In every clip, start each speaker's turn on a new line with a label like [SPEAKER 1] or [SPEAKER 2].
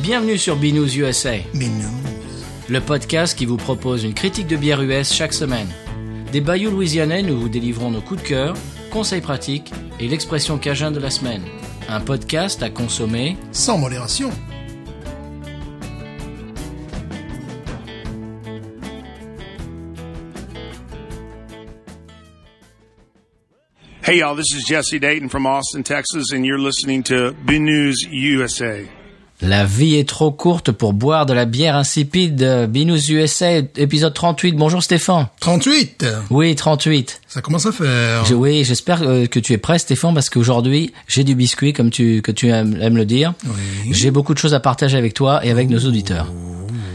[SPEAKER 1] Bienvenue sur Binous USA,
[SPEAKER 2] Mais non.
[SPEAKER 1] le podcast qui vous propose une critique de bière US chaque semaine. Des bayous louisianais, nous vous délivrons nos coups de cœur, conseils pratiques et l'expression cajun de la semaine. Un podcast à consommer.
[SPEAKER 2] Sans modération.
[SPEAKER 3] Hey, y'all, this is Jesse Dayton from Austin, Texas, and you're listening to BNews USA.
[SPEAKER 1] La vie est trop courte pour boire de la bière insipide. Binous USA, épisode 38. Bonjour Stéphane.
[SPEAKER 2] 38
[SPEAKER 1] Oui, 38.
[SPEAKER 2] Ça commence à faire.
[SPEAKER 1] Je- oui, j'espère euh, que tu es prêt, Stéphane, parce qu'aujourd'hui, j'ai du biscuit, comme tu, que tu aimes, aimes le dire.
[SPEAKER 2] Oui.
[SPEAKER 1] J'ai beaucoup de choses à partager avec toi et avec nos auditeurs.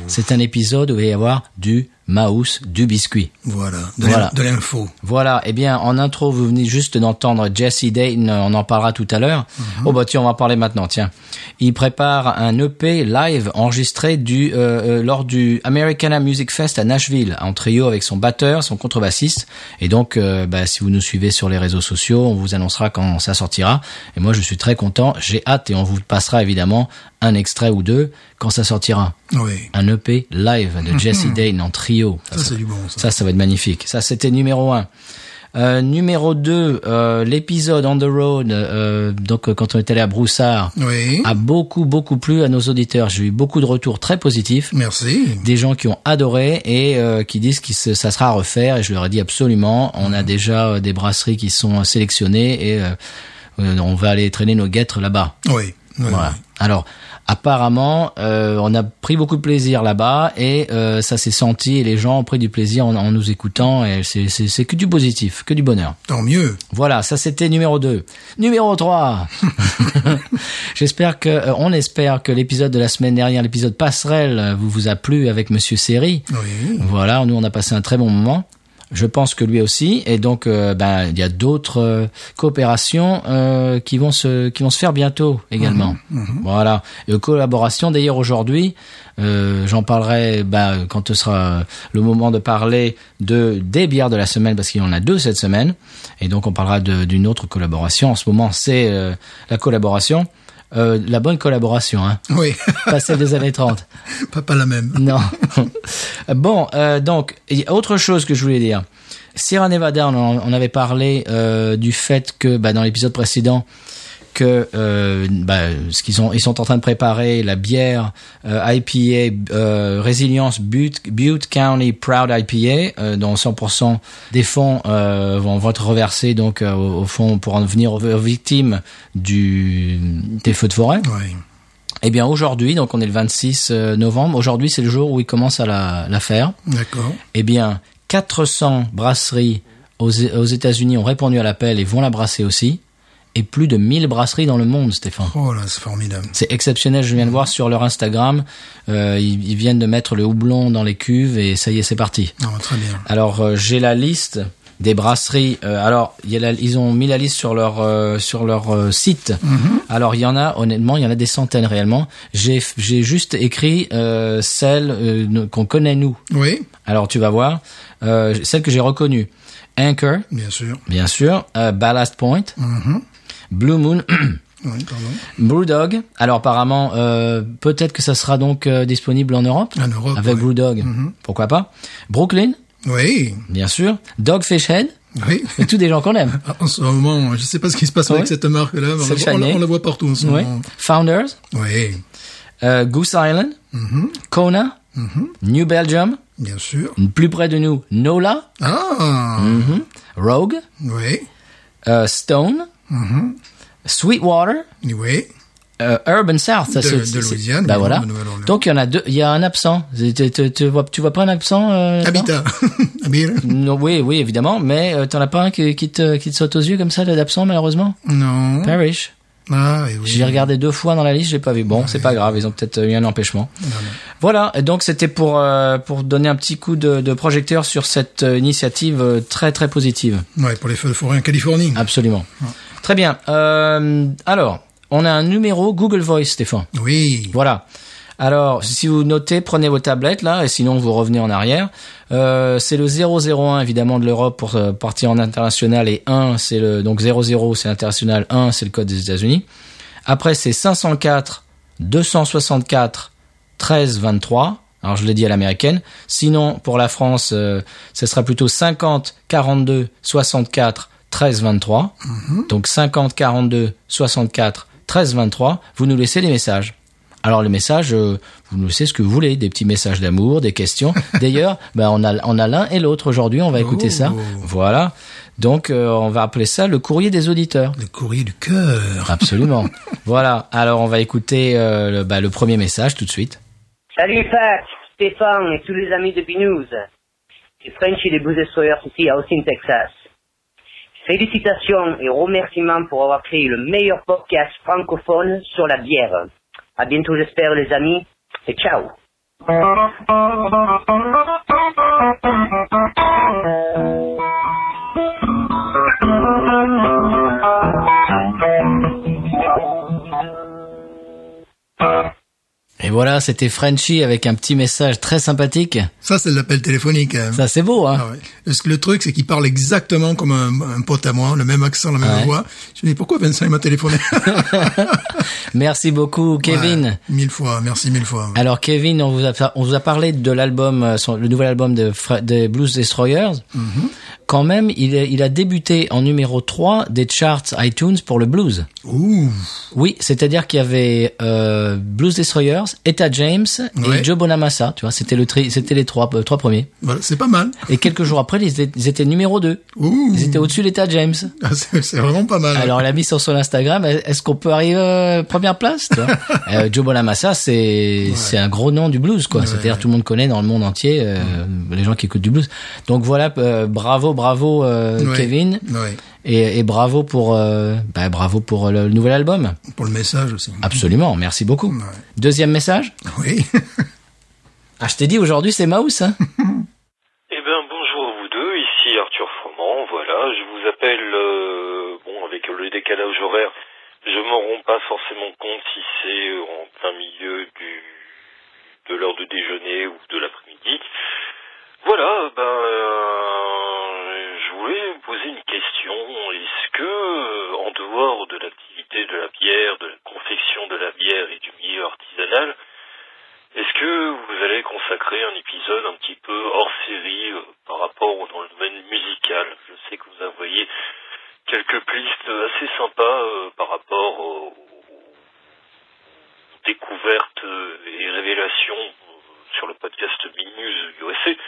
[SPEAKER 1] C'est un épisode où il va y avoir du mouse, du biscuit.
[SPEAKER 2] Voilà. De
[SPEAKER 1] Voilà.
[SPEAKER 2] l'in- de l'info.
[SPEAKER 1] Voilà, eh bien, en intro, vous venez juste d'entendre Jesse Dayton, on en parlera tout à l'heure. Oh bah tiens, on va en parler maintenant, tiens. Il prépare un EP live enregistré du, euh, euh, lors du Americana Music Fest à Nashville, en trio avec son batteur, son contrebassiste. Et donc, euh, bah, si vous nous suivez sur les réseaux sociaux, on vous annoncera quand ça sortira. Et moi, je suis très content, j'ai hâte et on vous passera évidemment un extrait ou deux quand ça sortira.
[SPEAKER 2] Oui.
[SPEAKER 1] Un EP live de Jesse Dayton en trio.
[SPEAKER 2] Ça, c'est du bon, ça.
[SPEAKER 1] Ça, ça va être magnifique. Ça, c'était numéro un. Euh, numéro 2, l'épisode On the Road, euh, donc euh, quand on est allé à Broussard,
[SPEAKER 2] Oui.
[SPEAKER 1] a beaucoup, beaucoup plu à nos auditeurs. J'ai eu beaucoup de retours très positifs,
[SPEAKER 2] Merci.
[SPEAKER 1] des gens qui ont adoré et euh, qui disent que ce- ça sera à refaire. Et je leur ai dit absolument, on a déjà euh, des brasseries qui sont euh, sélectionnées et euh, euh, on va aller traîner nos guêtres là-bas.
[SPEAKER 2] Oui. Oui.
[SPEAKER 1] Voilà. Alors, apparemment, euh, on a pris beaucoup de plaisir là-bas et euh, ça s'est senti et les gens ont pris du plaisir en, en nous écoutant et c'est- c'est c'est que du positif, que du bonheur.
[SPEAKER 2] Tant mieux.
[SPEAKER 1] Voilà, ça c'était numéro 2. Numéro 3 J'espère que, euh, on espère que l'épisode de la semaine dernière, l'épisode passerelle, euh, vous vous a plu avec Monsieur Seri.
[SPEAKER 2] Oui.
[SPEAKER 1] Voilà, nous on a passé un très bon moment. Je pense que lui aussi, et donc euh, ben il y a d'autres euh, coopérations euh, qui vont se qui vont se faire bientôt également. Voilà, et collaboration d'ailleurs aujourd'hui, euh, j'en parlerai ben, quand ce sera le moment de parler de des bières de la semaine parce qu'il y en a deux cette semaine, et donc on parlera de- d'une autre collaboration. En ce moment, c'est euh, la collaboration, euh, la bonne collaboration, hein,
[SPEAKER 2] Oui.
[SPEAKER 1] pas celle des années 30.
[SPEAKER 2] pas, pas la même.
[SPEAKER 1] Non. bon, euh, donc, il y a autre chose que je voulais dire. Sierra Nevada, on, en- on avait parlé euh, du fait que, bah, dans l'épisode précédent, que euh, bah, ce qu'ils ont, ils sont en train de préparer la bière euh, IPA euh, Résilience Butte, Butte County Proud IPA, euh, dont 100% des fonds euh, vont, vont être reversés donc euh, au, au fond pour en venir aux, aux victimes du des feux de forêt.
[SPEAKER 2] Oui.
[SPEAKER 1] Eh bien aujourd'hui, donc on est le 26 euh, novembre, aujourd'hui c'est le jour où ils commencent à la, la faire.
[SPEAKER 2] D'accord.
[SPEAKER 1] Eh bien, 400 brasseries aux, aux États-Unis ont répondu à l'appel et vont la brasser aussi. Et plus de 1000 brasseries dans le monde, Stéphane.
[SPEAKER 2] Oh là, c'est formidable.
[SPEAKER 1] C'est exceptionnel, je viens de voir sur leur Instagram, euh, ils, ils viennent de mettre le houblon dans les cuves et ça y est, c'est parti.
[SPEAKER 2] Non, Ah, très bien.
[SPEAKER 1] Alors euh, j'ai la liste des brasseries. Euh, alors il y a la- ils ont mis la liste sur leur euh, sur leur euh, site.
[SPEAKER 2] Mhm.
[SPEAKER 1] Alors il y en a honnêtement, il y en a des centaines réellement. J'ai j'ai juste écrit euh, celles euh, no- qu'on connaît nous.
[SPEAKER 2] Oui,
[SPEAKER 1] Alors tu vas voir euh, celles que j'ai reconnues. Anchor,
[SPEAKER 2] bien sûr.
[SPEAKER 1] bien sûr, euh, Ballast Point,
[SPEAKER 2] Mhm.
[SPEAKER 1] Blue Moon,
[SPEAKER 2] Oui, pardon.
[SPEAKER 1] Brewdog. Alors apparemment, euh, peut-être que ça sera donc euh, disponible en Europe
[SPEAKER 2] En Europe.
[SPEAKER 1] avec
[SPEAKER 2] oui. Mhm.
[SPEAKER 1] Brewdog. Pourquoi pas? Brooklyn,
[SPEAKER 2] Oui.
[SPEAKER 1] bien sûr. Dogfish Head,
[SPEAKER 2] Oui.
[SPEAKER 1] et tous des gens qu'on aime.
[SPEAKER 2] Ah, En ce moment, je sais pas ce qui se passe
[SPEAKER 1] Ah Ouais.
[SPEAKER 2] avec cette marque-là. mais On,
[SPEAKER 1] C'est
[SPEAKER 2] la voit- on la-
[SPEAKER 1] shiny.
[SPEAKER 2] on la voit partout en ce
[SPEAKER 1] Ouais.
[SPEAKER 2] moment.
[SPEAKER 1] Mm-hmm. Founders,
[SPEAKER 2] Oui.
[SPEAKER 1] euh, Goose Island,
[SPEAKER 2] Mm-hmm.
[SPEAKER 1] Kona, New Belgium,
[SPEAKER 2] Bien sûr.
[SPEAKER 1] plus près de nous, Nola,
[SPEAKER 2] Ah.
[SPEAKER 1] mhm, Rogue,
[SPEAKER 2] Oui.
[SPEAKER 1] euh, Stone,
[SPEAKER 2] Mm-hmm.
[SPEAKER 1] Sweetwater,
[SPEAKER 2] Oui.
[SPEAKER 1] euh, Urban South. ça,
[SPEAKER 2] De-
[SPEAKER 1] c'est-
[SPEAKER 2] de
[SPEAKER 1] c'est-
[SPEAKER 2] Louisiane,
[SPEAKER 1] Bah
[SPEAKER 2] bien
[SPEAKER 1] voilà.
[SPEAKER 2] sûr, de Nouvelle-Orléans.
[SPEAKER 1] Donc il y en a deux. Il y a un absent. Tu, tu- tu vois, tu vois pas un absent euh, là-dedans
[SPEAKER 2] Habitat. Habir.
[SPEAKER 1] Non, oui, oui, évidemment, mais euh, t'en as pas un qui, qui te, qui te saute aux yeux comme ça là, d'absent malheureusement.
[SPEAKER 2] Non.
[SPEAKER 1] Parrish.
[SPEAKER 2] Ah, et oui.
[SPEAKER 1] J'ai regardé deux fois dans la liste, j'ai pas vu. Bon, c'est pas grave, ils ont peut-être eu un empêchement. Voilà, et donc c'était pour euh, pour donner un petit coup de, de projecteur sur cette euh, initiative euh, très très positive.
[SPEAKER 2] Ouais, pour les feux de forêt en Californie.
[SPEAKER 1] Absolument. Très bien. Euh, alors, on a un numéro Google Voice, Stéphane.
[SPEAKER 2] Oui.
[SPEAKER 1] Voilà. Alors, si vous notez, prenez vos tablettes là, et sinon vous revenez en arrière. Euh, c'est le 001 évidemment de l'Europe pour euh, partir en international et 1 c'est le donc 00 c'est international, 1 c'est le code des États-Unis. Après c'est 504 264 13 23. Alors je l'ai dit à l'américaine. Sinon, pour la France, euh, ce sera plutôt 50 42 64 13 23. Donc 50 42 64 13 23. Vous nous laissez des messages. Alors les messages, euh, vous nous laissez ce que vous voulez, des petits messages d'amour, des questions. D'ailleurs, ben on a on a l'un et l'autre aujourd'hui. On va écouter ça.
[SPEAKER 2] Oh.
[SPEAKER 1] Voilà. Donc euh, on va appeler ça le courrier des auditeurs.
[SPEAKER 2] Le courrier du
[SPEAKER 1] Ah.
[SPEAKER 2] cœur.
[SPEAKER 1] Absolument. voilà. Alors, on va écouter euh, le, bah, le premier message tout de suite.
[SPEAKER 4] Salut Pat, Stéphane et tous les amis de B-News. C'est Frenchy des Blues Destroyers ici à Austin, Texas. Félicitations et remerciements pour avoir créé le meilleur podcast francophone sur la bière. À bientôt j'espère les amis et ciao.
[SPEAKER 1] Et voilà, c'était Frenchy avec un petit message très sympathique.
[SPEAKER 2] Ça, c'est de l'appel téléphonique. hein.
[SPEAKER 1] Ça, c'est beau, hein
[SPEAKER 2] Ah ouais. Parce que le truc, c'est qu'il parle exactement comme un, un pote à moi, le même accent, la même
[SPEAKER 1] Ah Ouais.
[SPEAKER 2] voix. Je me dis, pourquoi Vincent, il m'a téléphoné
[SPEAKER 1] Merci beaucoup, Kevin.
[SPEAKER 2] Ouais, Mille fois, merci mille fois.
[SPEAKER 1] Alors, Kevin, on vous a, on vous a parlé de l'album, euh, son- le nouvel album de, Fre- des Blues Destroyers.
[SPEAKER 2] Mhm.
[SPEAKER 1] Quand même, il, est- il a débuté en numéro 3 des charts iTunes pour le blues.
[SPEAKER 2] Ouh,
[SPEAKER 1] Oui, c'est-à-dire qu'il y avait euh, Blues Destroyers, Etta James et
[SPEAKER 2] Ouais.
[SPEAKER 1] Joe Bonamassa. Tu vois, c'était le tri, c'était les trois, euh, trois premiers.
[SPEAKER 2] voilà, c'est pas mal.
[SPEAKER 1] Et quelques jours après, ils étaient, ils étaient numéro 2.
[SPEAKER 2] Ouh,
[SPEAKER 1] Ils étaient au-dessus de l'État James.
[SPEAKER 2] Ah, c'est c'est vraiment pas mal.
[SPEAKER 1] Alors, elle a mis sur son Instagram, est-ce qu'on peut arriver euh, première place tu vois Euh, Joe Bonamassa, c'est c'est un gros nom du blues, quoi. C'est-à-dire tout le monde connaît dans le monde entier euh, les gens qui écoutent du blues. Donc voilà, euh, bravo, bravo euh,
[SPEAKER 2] Ouais.
[SPEAKER 1] Kevin,
[SPEAKER 2] Ouais,
[SPEAKER 1] et, et bravo pour euh, bah, bravo pour le, le nouvel album.
[SPEAKER 2] pour le message aussi.
[SPEAKER 1] Absolument, merci beaucoup.
[SPEAKER 2] Ouais.
[SPEAKER 1] Deuxième message.
[SPEAKER 2] Oui.
[SPEAKER 1] Ah, je t'ai dit aujourd'hui, c'est Mouse. Hein
[SPEAKER 5] Eh ben bonjour à vous deux, ici Arthur Froment, voilà, je vous appelle, euh, bon avec le décalage horaire, je m'en rends pas forcément compte si c'est euh, en plein milieu du de l'heure de déjeuner ou de l'après-midi. Voilà, ben euh, je voulais vous poser une question, est-ce que euh, en dehors de l'activité de la bière, de la confection de la bière et du milieu artisanal, est-ce que vous allez consacrer un épisode un petit peu hors série euh, par rapport au- dans le domaine musical Je sais que vous envoyez quelques pistes assez sympas euh, par rapport aux aux découvertes euh, et révélations euh, sur le podcast Minus USA,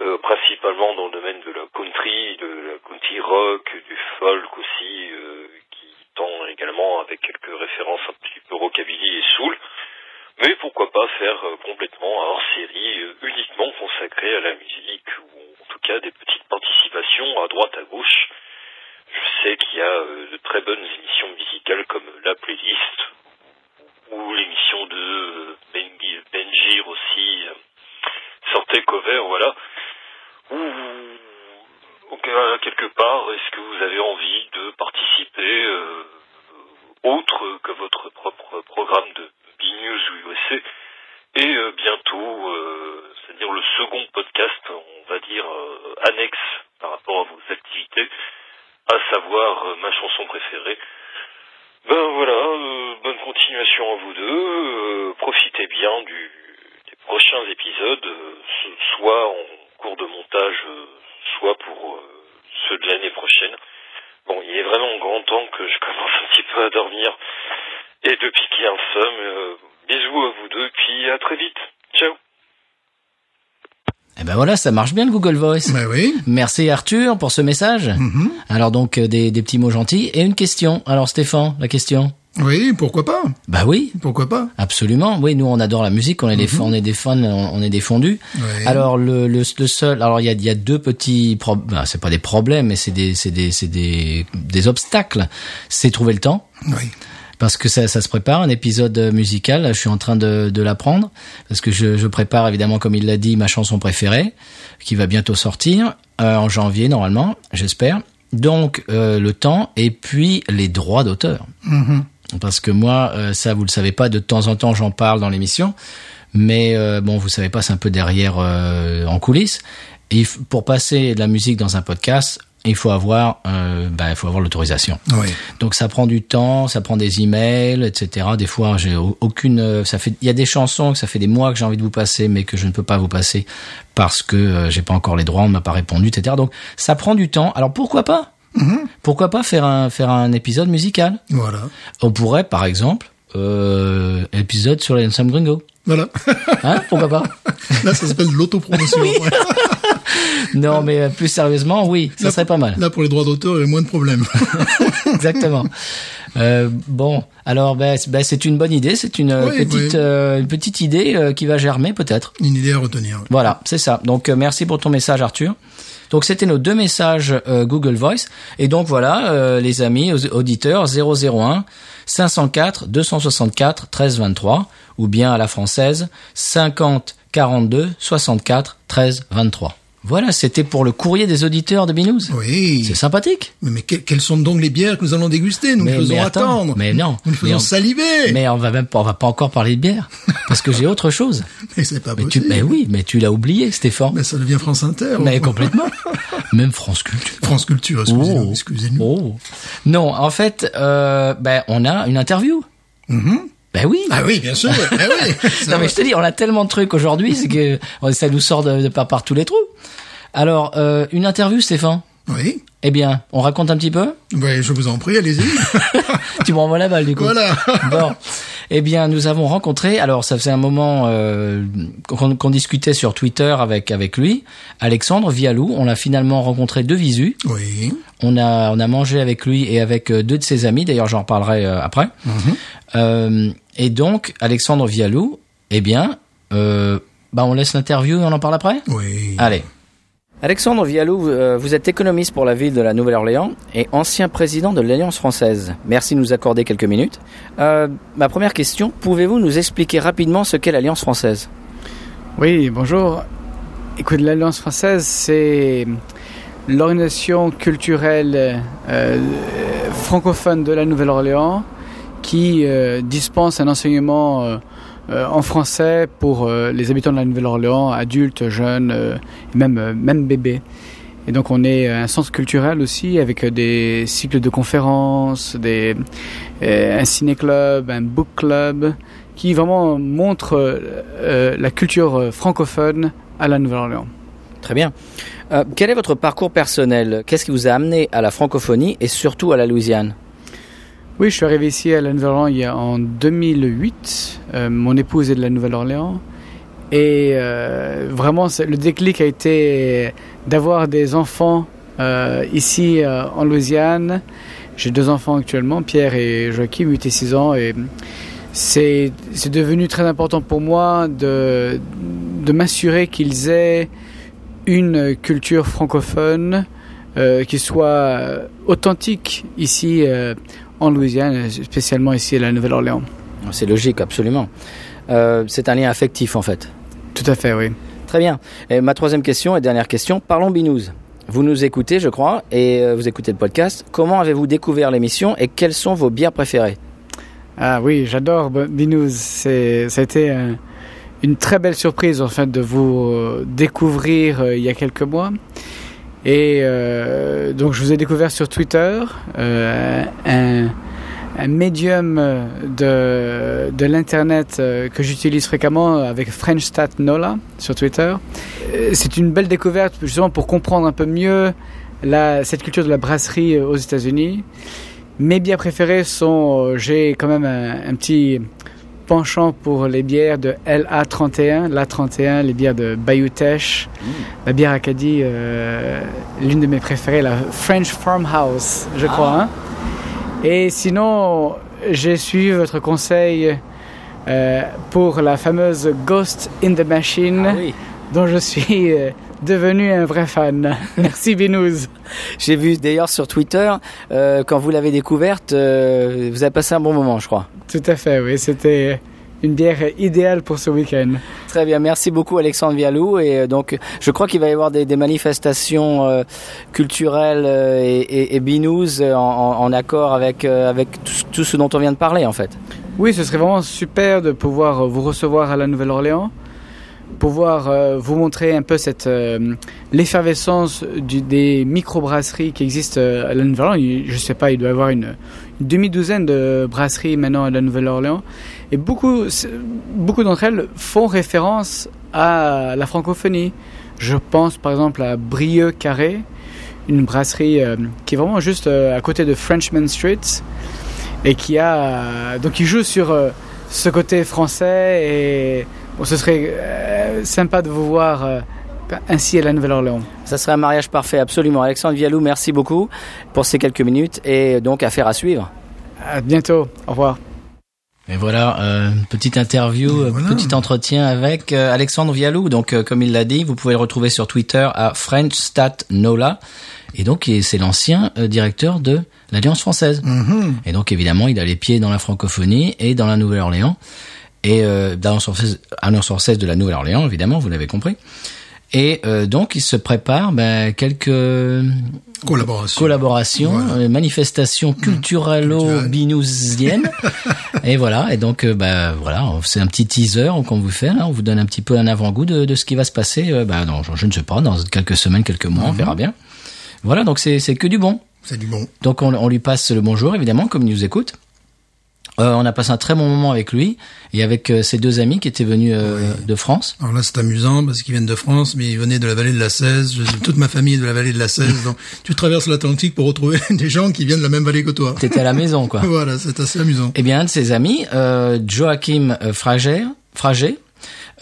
[SPEAKER 5] euh, principalement dans le domaine de la country, de la country rock, du folk aussi, euh, qui tend également avec quelques références un petit peu rockabilly et soul. Mais pourquoi pas faire euh, complètement un hors-série euh, uniquement consacré à la musique, ou en tout cas des petites participations à droite à gauche. Je sais qu'il y a euh, de très bonnes émissions musicales comme La Playlist, ou l'émission de euh, Ben- Benjir aussi, euh, Sortez Cover, voilà. Ou ou- euh, quelque part, est-ce que vous avez envie de participer euh, autre que votre propre programme de B-News ou USA. Et euh, bientôt, euh, c'est-à-dire le second podcast, on va dire, euh, annexe par rapport à vos activités, à savoir euh, ma chanson préférée. Ben voilà, euh, bonne continuation à vous deux. euh, profitez bien du, des prochains épisodes, euh, ce- soit en cours de montage, euh, soit pour euh, ceux de l'année prochaine. Bon, il est vraiment grand temps que je commence un petit peu à dormir et de piquer un somme. euh, bisous à vous deux, puis à très vite. Ciao
[SPEAKER 1] Et ben voilà, ça marche bien le Google Voice.
[SPEAKER 2] Ben oui.
[SPEAKER 1] Merci Arthur pour ce message.
[SPEAKER 2] Mhm.
[SPEAKER 1] Alors donc euh, des, des petits mots gentils et une question. Alors Stéphane, la question.
[SPEAKER 2] Oui, pourquoi pas
[SPEAKER 1] Bah oui, Mhm.
[SPEAKER 2] Pourquoi pas
[SPEAKER 1] absolument. Oui, nous on adore la musique, on est des fa- on est des fans, on, on est des fondus.
[SPEAKER 2] Ouais.
[SPEAKER 1] Alors le, le, le seul, alors il y a, il y a deux petits, pro- bah, c'est pas des problèmes, mais c'est des c'est des c'est des des obstacles. C'est trouver le temps.
[SPEAKER 2] Oui.
[SPEAKER 1] Parce que ça, ça se prépare, un épisode euh, musical, je suis en train de, de l'apprendre, parce que je, je prépare évidemment, comme il l'a dit, ma chanson préférée, qui va bientôt sortir, euh, en janvier normalement, j'espère. Donc euh, le temps, et puis les droits d'auteur.
[SPEAKER 2] Mhm.
[SPEAKER 1] Parce que moi, euh, ça vous le savez pas, de temps en temps j'en parle dans l'émission, mais euh, bon, vous savez pas, c'est un peu derrière euh, en coulisses. Et il f- pour passer de la musique dans un podcast, il faut avoir, euh, bah, il faut avoir l'autorisation.
[SPEAKER 2] Oui.
[SPEAKER 1] Donc ça prend du temps, ça prend des emails, etc. Des fois, j'ai au- aucune. euh, Ça fait, il y a des chansons que ça fait des mois que j'ai envie de vous passer, mais que je ne peux pas vous passer parce que euh, j'ai pas encore les droits, on ne m'a pas répondu, etc. Donc ça prend du temps. Alors pourquoi pas Pourquoi pas faire un faire un épisode musical
[SPEAKER 2] Voilà.
[SPEAKER 1] On pourrait, par exemple, euh, épisode sur les Handsome Gringo.
[SPEAKER 2] Voilà.
[SPEAKER 1] Hein Pourquoi pas
[SPEAKER 2] Là, ça s'appelle de l'autopromotion. Ouais.
[SPEAKER 1] Non, mais euh, plus sérieusement, oui, ça
[SPEAKER 2] Là,
[SPEAKER 1] serait pas mal.
[SPEAKER 2] Là, pour les droits d'auteur, il y a moins de problèmes.
[SPEAKER 1] Exactement. Euh, bon, alors ben, c'est- ben, c'est une bonne idée, c'est une euh,
[SPEAKER 2] Oui,
[SPEAKER 1] petite
[SPEAKER 2] oui.
[SPEAKER 1] euh, une petite idée euh, qui va germer peut-être.
[SPEAKER 2] Une idée à retenir.
[SPEAKER 1] Voilà, c'est ça. Donc euh, merci pour ton message Arthur. Donc c'était nos deux messages euh, Google Voice et donc voilà euh, les amis aux- auditeurs 001 504 264 1323 ou bien à la française 50 42 64 13 23. Voilà, c'était pour le courrier des auditeurs de Binous.
[SPEAKER 2] Oui.
[SPEAKER 1] C'est sympathique.
[SPEAKER 2] Mais, mais que- quelles sont donc les bières que nous allons déguster Nous
[SPEAKER 1] Mais-
[SPEAKER 2] les faisons
[SPEAKER 1] mais attends,
[SPEAKER 2] attendre.
[SPEAKER 1] mais non.
[SPEAKER 2] Nous les
[SPEAKER 1] Mais
[SPEAKER 2] faisons
[SPEAKER 1] on-
[SPEAKER 2] saliver. Mais,
[SPEAKER 1] Mais on va même pas, on va pas encore parler de bière parce que j'ai autre chose.
[SPEAKER 2] c'est pas
[SPEAKER 1] Mais tu,
[SPEAKER 2] possible.
[SPEAKER 1] mais oui, mais tu l'as oublié, Stéphane.
[SPEAKER 2] Mais ça devient France Inter.
[SPEAKER 1] Mais
[SPEAKER 2] Oh.
[SPEAKER 1] complètement. Même France Culture.
[SPEAKER 2] France Culture, excusez-nous.
[SPEAKER 1] Oh.
[SPEAKER 2] excusez-nous.
[SPEAKER 1] Oh. Non, en fait, euh, ben on a une interview. Ben oui.
[SPEAKER 2] Ah oui, bien sûr. ah oui. Ça
[SPEAKER 1] non
[SPEAKER 2] va.
[SPEAKER 1] mais je te dis, on a tellement de trucs aujourd'hui, c'est que euh, ça nous sort de, de par, par tous les trous. Alors, euh, une interview, Stéphane.
[SPEAKER 2] Oui.
[SPEAKER 1] Eh bien, on raconte un petit peu.
[SPEAKER 2] Ouais, je vous en prie, allez-y.
[SPEAKER 1] tu m'envoies la balle du coup.
[SPEAKER 2] Voilà.
[SPEAKER 1] bon. Eh bien, nous avons rencontré. Alors, ça faisait un moment euh, qu'on qu'on discutait sur Twitter avec avec lui, Alexandre Vialou. On l'a finalement rencontré de visu.
[SPEAKER 2] oui.
[SPEAKER 1] On a on a mangé avec lui et avec euh, deux de ses amis. D'ailleurs, j'en reparlerai euh, après. Euh, et donc, Alexandre Vialou. Eh bien, euh, bah, on laisse l'interview et on en parle après.
[SPEAKER 2] Oui.
[SPEAKER 1] Allez. Alexandre Vialou, euh, vous êtes économiste pour la ville de la Nouvelle-Orléans et ancien président de l'Alliance française. Merci de nous accorder quelques minutes. Euh, ma première question, pouvez-vous nous expliquer rapidement ce qu'est l'Alliance française
[SPEAKER 6] Oui, bonjour. Écoute, l'Alliance française, c'est l'organisation culturelle euh, francophone de la Nouvelle-Orléans qui euh, dispense un enseignement euh, euh, en français pour euh, les habitants de la Nouvelle-Orléans, adultes, jeunes, euh, et même, euh, même bébés. Et donc on est euh, un centre culturel aussi avec euh, des cycles de conférences, des, euh, un ciné-club, un book club, qui vraiment montre euh, euh, la culture euh, francophone à la Nouvelle-Orléans.
[SPEAKER 1] Très bien. Euh, quel est votre parcours personnel Qu'est-ce qui vous a amené à la francophonie et surtout à la Louisiane
[SPEAKER 6] Oui, je suis arrivé ici à la Nouvelle-Orléans il y a- en 2008. Euh, mon épouse est de la Nouvelle-Orléans. Et euh, vraiment, c'est- le déclic a été d'avoir des enfants euh, ici euh, en Louisiane. J'ai deux enfants actuellement, Pierre et Joachim, 8 et 6 ans. Et c'est c'est devenu très important pour moi de, de m'assurer qu'ils aient une culture francophone euh, qui soit authentique ici euh, en Louisiane, spécialement ici à la Nouvelle-Orléans.
[SPEAKER 1] C'est logique, absolument. Euh, C'est un lien affectif en fait.
[SPEAKER 6] Tout à fait, oui.
[SPEAKER 1] Très bien. Et ma troisième question et dernière question, parlons Binous. Vous nous écoutez, je crois, et euh, vous écoutez le podcast. Comment avez-vous découvert l'émission et quelles sont vos bières préférées
[SPEAKER 6] Ah oui, j'adore B- Binous. C'est, ça a été un- une très belle surprise en fait de vous euh, découvrir euh, il y a quelques mois. Et euh, donc je vous ai découvert sur Twitter, euh, un, un médium euh, de, de l'internet euh, que j'utilise fréquemment avec FrenchStat Nola sur Twitter. Euh, C'est une belle découverte justement pour comprendre un peu mieux la, cette culture de la brasserie euh, aux États-Unis. Mes bières préférées sont, euh, j'ai quand même un, un petit penchant pour les bières de LA31, l'A31, les bières de Bayou Teche, la bière Acadie, euh, l'une de mes préférées, la French Farmhouse, je crois. hein. Et sinon, j'ai suivi votre conseil euh, pour la fameuse Ghost in the Machine,
[SPEAKER 1] Ah
[SPEAKER 6] dont je suis euh, devenu un vrai fan. Merci Binouz.
[SPEAKER 1] J'ai vu d'ailleurs sur Twitter, euh, quand vous l'avez découverte, euh, vous avez passé un bon moment, je crois.
[SPEAKER 6] Tout à fait, oui. C'était une bière idéale pour ce week-end.
[SPEAKER 1] Très bien, merci beaucoup Alexandre Vialou. Et euh, donc, je crois qu'il va y avoir des, des manifestations euh, culturelles euh, et, et, et Binous euh, en, en- en accord avec, euh, avec tout, ce- tout ce dont on vient de parler, en fait.
[SPEAKER 6] euh, Oui, ce serait vraiment super de pouvoir vous recevoir à la Nouvelle-Orléans. pouvoir euh, vous montrer un peu cette euh, l'effervescence du- des microbrasseries qui existent euh, à la Nouvelle-Orléans. Je sais pas, il doit y avoir une, une demi-douzaine de brasseries maintenant à la Nouvelle-Orléans. Et beaucoup, c'est- beaucoup d'entre elles font référence à la francophonie. Je pense par exemple à Brieux Carré, une brasserie euh, qui est vraiment juste euh, à côté de Frenchman Street et qui a donc il joue sur euh, ce côté français et bon, ce serait euh, sympa de vous voir euh, ainsi à la Nouvelle-Orléans.
[SPEAKER 7] Ça serait un mariage parfait, absolument. Alexandre Vialou, merci beaucoup pour ces quelques minutes et donc affaire à suivre.
[SPEAKER 6] À bientôt. Au revoir.
[SPEAKER 1] Et voilà, euh, une petite interview,
[SPEAKER 2] Et voilà.
[SPEAKER 1] un petit entretien avec euh, Alexandre Vialou. Donc, euh, comme il l'a dit, vous pouvez le retrouver sur Twitter à FrenchStatNola. Et donc, il- c'est l'ancien euh, directeur de l'Alliance française.
[SPEAKER 2] Mhm.
[SPEAKER 1] Et donc, évidemment, il a les pieds dans la francophonie et dans la Nouvelle-Orléans. Et euh, dans l'Alliance française- Alliance française de la Nouvelle-Orléans, évidemment, vous l'avez compris. Et euh, donc, il se prépare ben, quelques
[SPEAKER 2] Collaboration.
[SPEAKER 1] collaboration,
[SPEAKER 2] Voilà.
[SPEAKER 1] euh, manifestation culturello-binousienne. et voilà, et donc euh, bah, voilà, on- c'est un petit teaser qu'on vous fait, là, on vous donne un petit peu un avant-goût de, de ce qui va se passer, euh, bah, dans, je, je ne sais pas, dans quelques semaines, quelques mois, on verra bien. Voilà, donc c'est c'est que du bon.
[SPEAKER 2] C'est du bon.
[SPEAKER 1] Donc on, on lui passe le bonjour, évidemment, comme il nous écoute. Euh, on a passé un très bon moment avec lui et avec euh, ses deux amis qui étaient venus euh, de France.
[SPEAKER 2] Alors là, c'est amusant parce qu'ils viennent de France, mais ils venaient de la vallée de la Cèze. Je- toute ma famille est de la vallée de la Cèze. donc, tu traverses l'Atlantique pour retrouver des gens qui viennent de la même vallée que toi.
[SPEAKER 1] T'étais à la maison, quoi.
[SPEAKER 2] Voilà, c'est assez amusant.
[SPEAKER 1] Eh bien, un de ses amis, euh, Joachim euh, Frager, Frager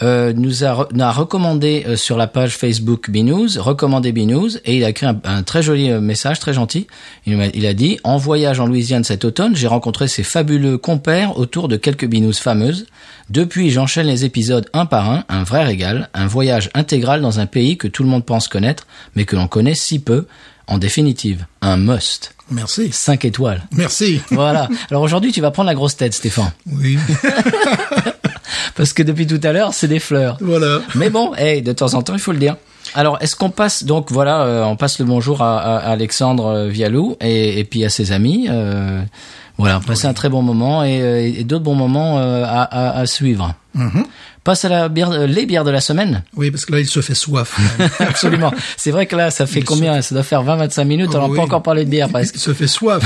[SPEAKER 1] euh, nous a, re- nous a recommandé euh, sur la page Facebook Binous, recommandé Binous, et il a écrit un, un très joli euh, message, très gentil. Il, m'a- il a dit « En voyage en Louisiane cet automne, j'ai rencontré ces fabuleux compères autour de quelques Binous fameuses. Depuis, j'enchaîne les épisodes un par un, un vrai régal, un voyage intégral dans un pays que tout le monde pense connaître, mais que l'on connaît si peu. En définitive, un must.
[SPEAKER 2] Merci.
[SPEAKER 1] 5 étoiles.
[SPEAKER 2] Merci.
[SPEAKER 1] Voilà. Alors aujourd'hui, tu vas prendre la grosse tête, Stéphane.
[SPEAKER 2] Oui.
[SPEAKER 1] Parce que depuis tout à l'heure, c'est des fleurs.
[SPEAKER 2] voilà.
[SPEAKER 1] Mais bon, hey, de temps en temps, il faut le dire. Alors, est-ce qu'on passe donc voilà, euh, on passe le bonjour à, à- à Alexandre euh, Vialou et, et puis à ses amis. euh, voilà, passez un très bon moment et, euh, et d'autres bons moments euh, à, à- à suivre. Passe à la bière, euh, les bières de la semaine.
[SPEAKER 2] Oui, parce que là, il se fait soif.
[SPEAKER 1] Absolument. C'est vrai que là, ça fait
[SPEAKER 2] Mais
[SPEAKER 1] combien Ça doit faire 20-25 minutes.
[SPEAKER 2] Oh,
[SPEAKER 1] on n'a
[SPEAKER 2] oui.
[SPEAKER 1] pas encore parlé de bière presque.
[SPEAKER 2] Il se fait soif.